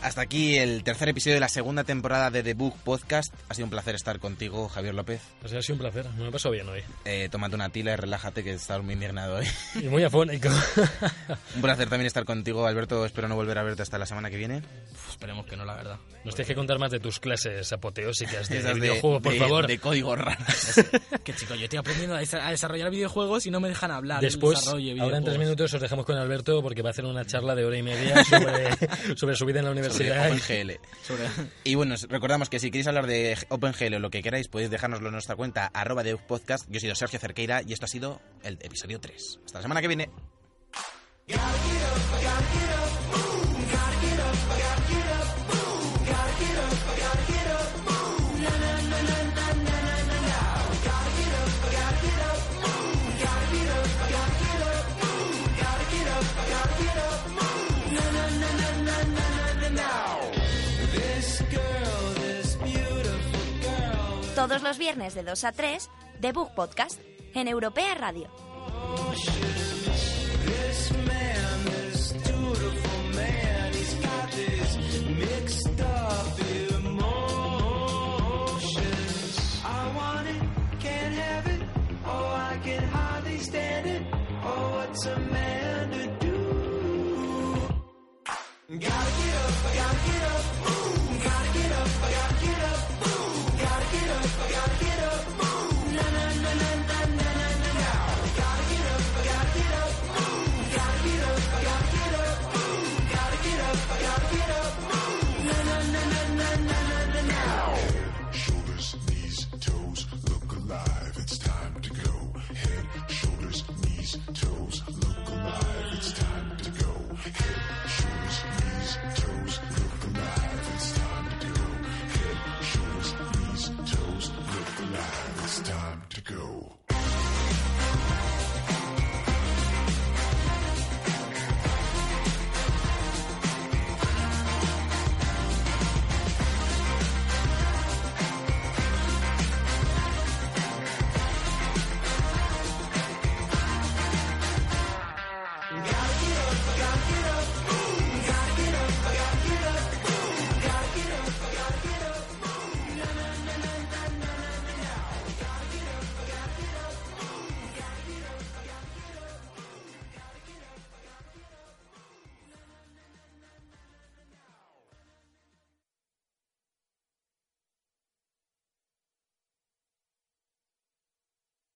B: Hasta aquí el tercer episodio de la segunda temporada de The Book Podcast. Ha sido un placer estar contigo, Javier López.
A: Pues ha sido un placer. Me lo he pasado bien hoy.
B: Eh, tómate una tila y relájate, que estás muy indignado hoy.
A: Y muy afónico.
B: un placer también estar contigo, Alberto. Espero no volver a verte hasta la semana que viene.
C: Uf, Pues esperemos que no, la verdad.
A: Nos tienes que contar más de tus clases apoteósicas de
B: Esas de-
A: videojuegos, por
B: de-
A: favor.
B: De código raro.
C: que chico, yo estoy aprendiendo a desa- a desarrollar videojuegos y no me dejan hablar. del
A: Después,
C: desarrollo de
A: ahora en tres
C: videojuegos.
A: minutos os dejamos con Alberto porque va a hacer una charla de hora y media sobre, sobre su vida en la universidad.
B: OpenGL.
C: Sobre-
B: Y bueno, os recordamos que si queréis hablar de OpenGL o lo que queráis, podéis dejárnoslo en nuestra cuenta, arroba de podcast. Yo he sido Sergio Cerqueira y esto ha sido el episodio 3. Hasta la semana que viene.
D: Todos los viernes de 2 a 3, The Bug Podcast, en Europea Radio.
E: I want it, can't have it. Oh, I can hardly stand it. Oh, what's a man to do? Gotta get up, I gotta get up.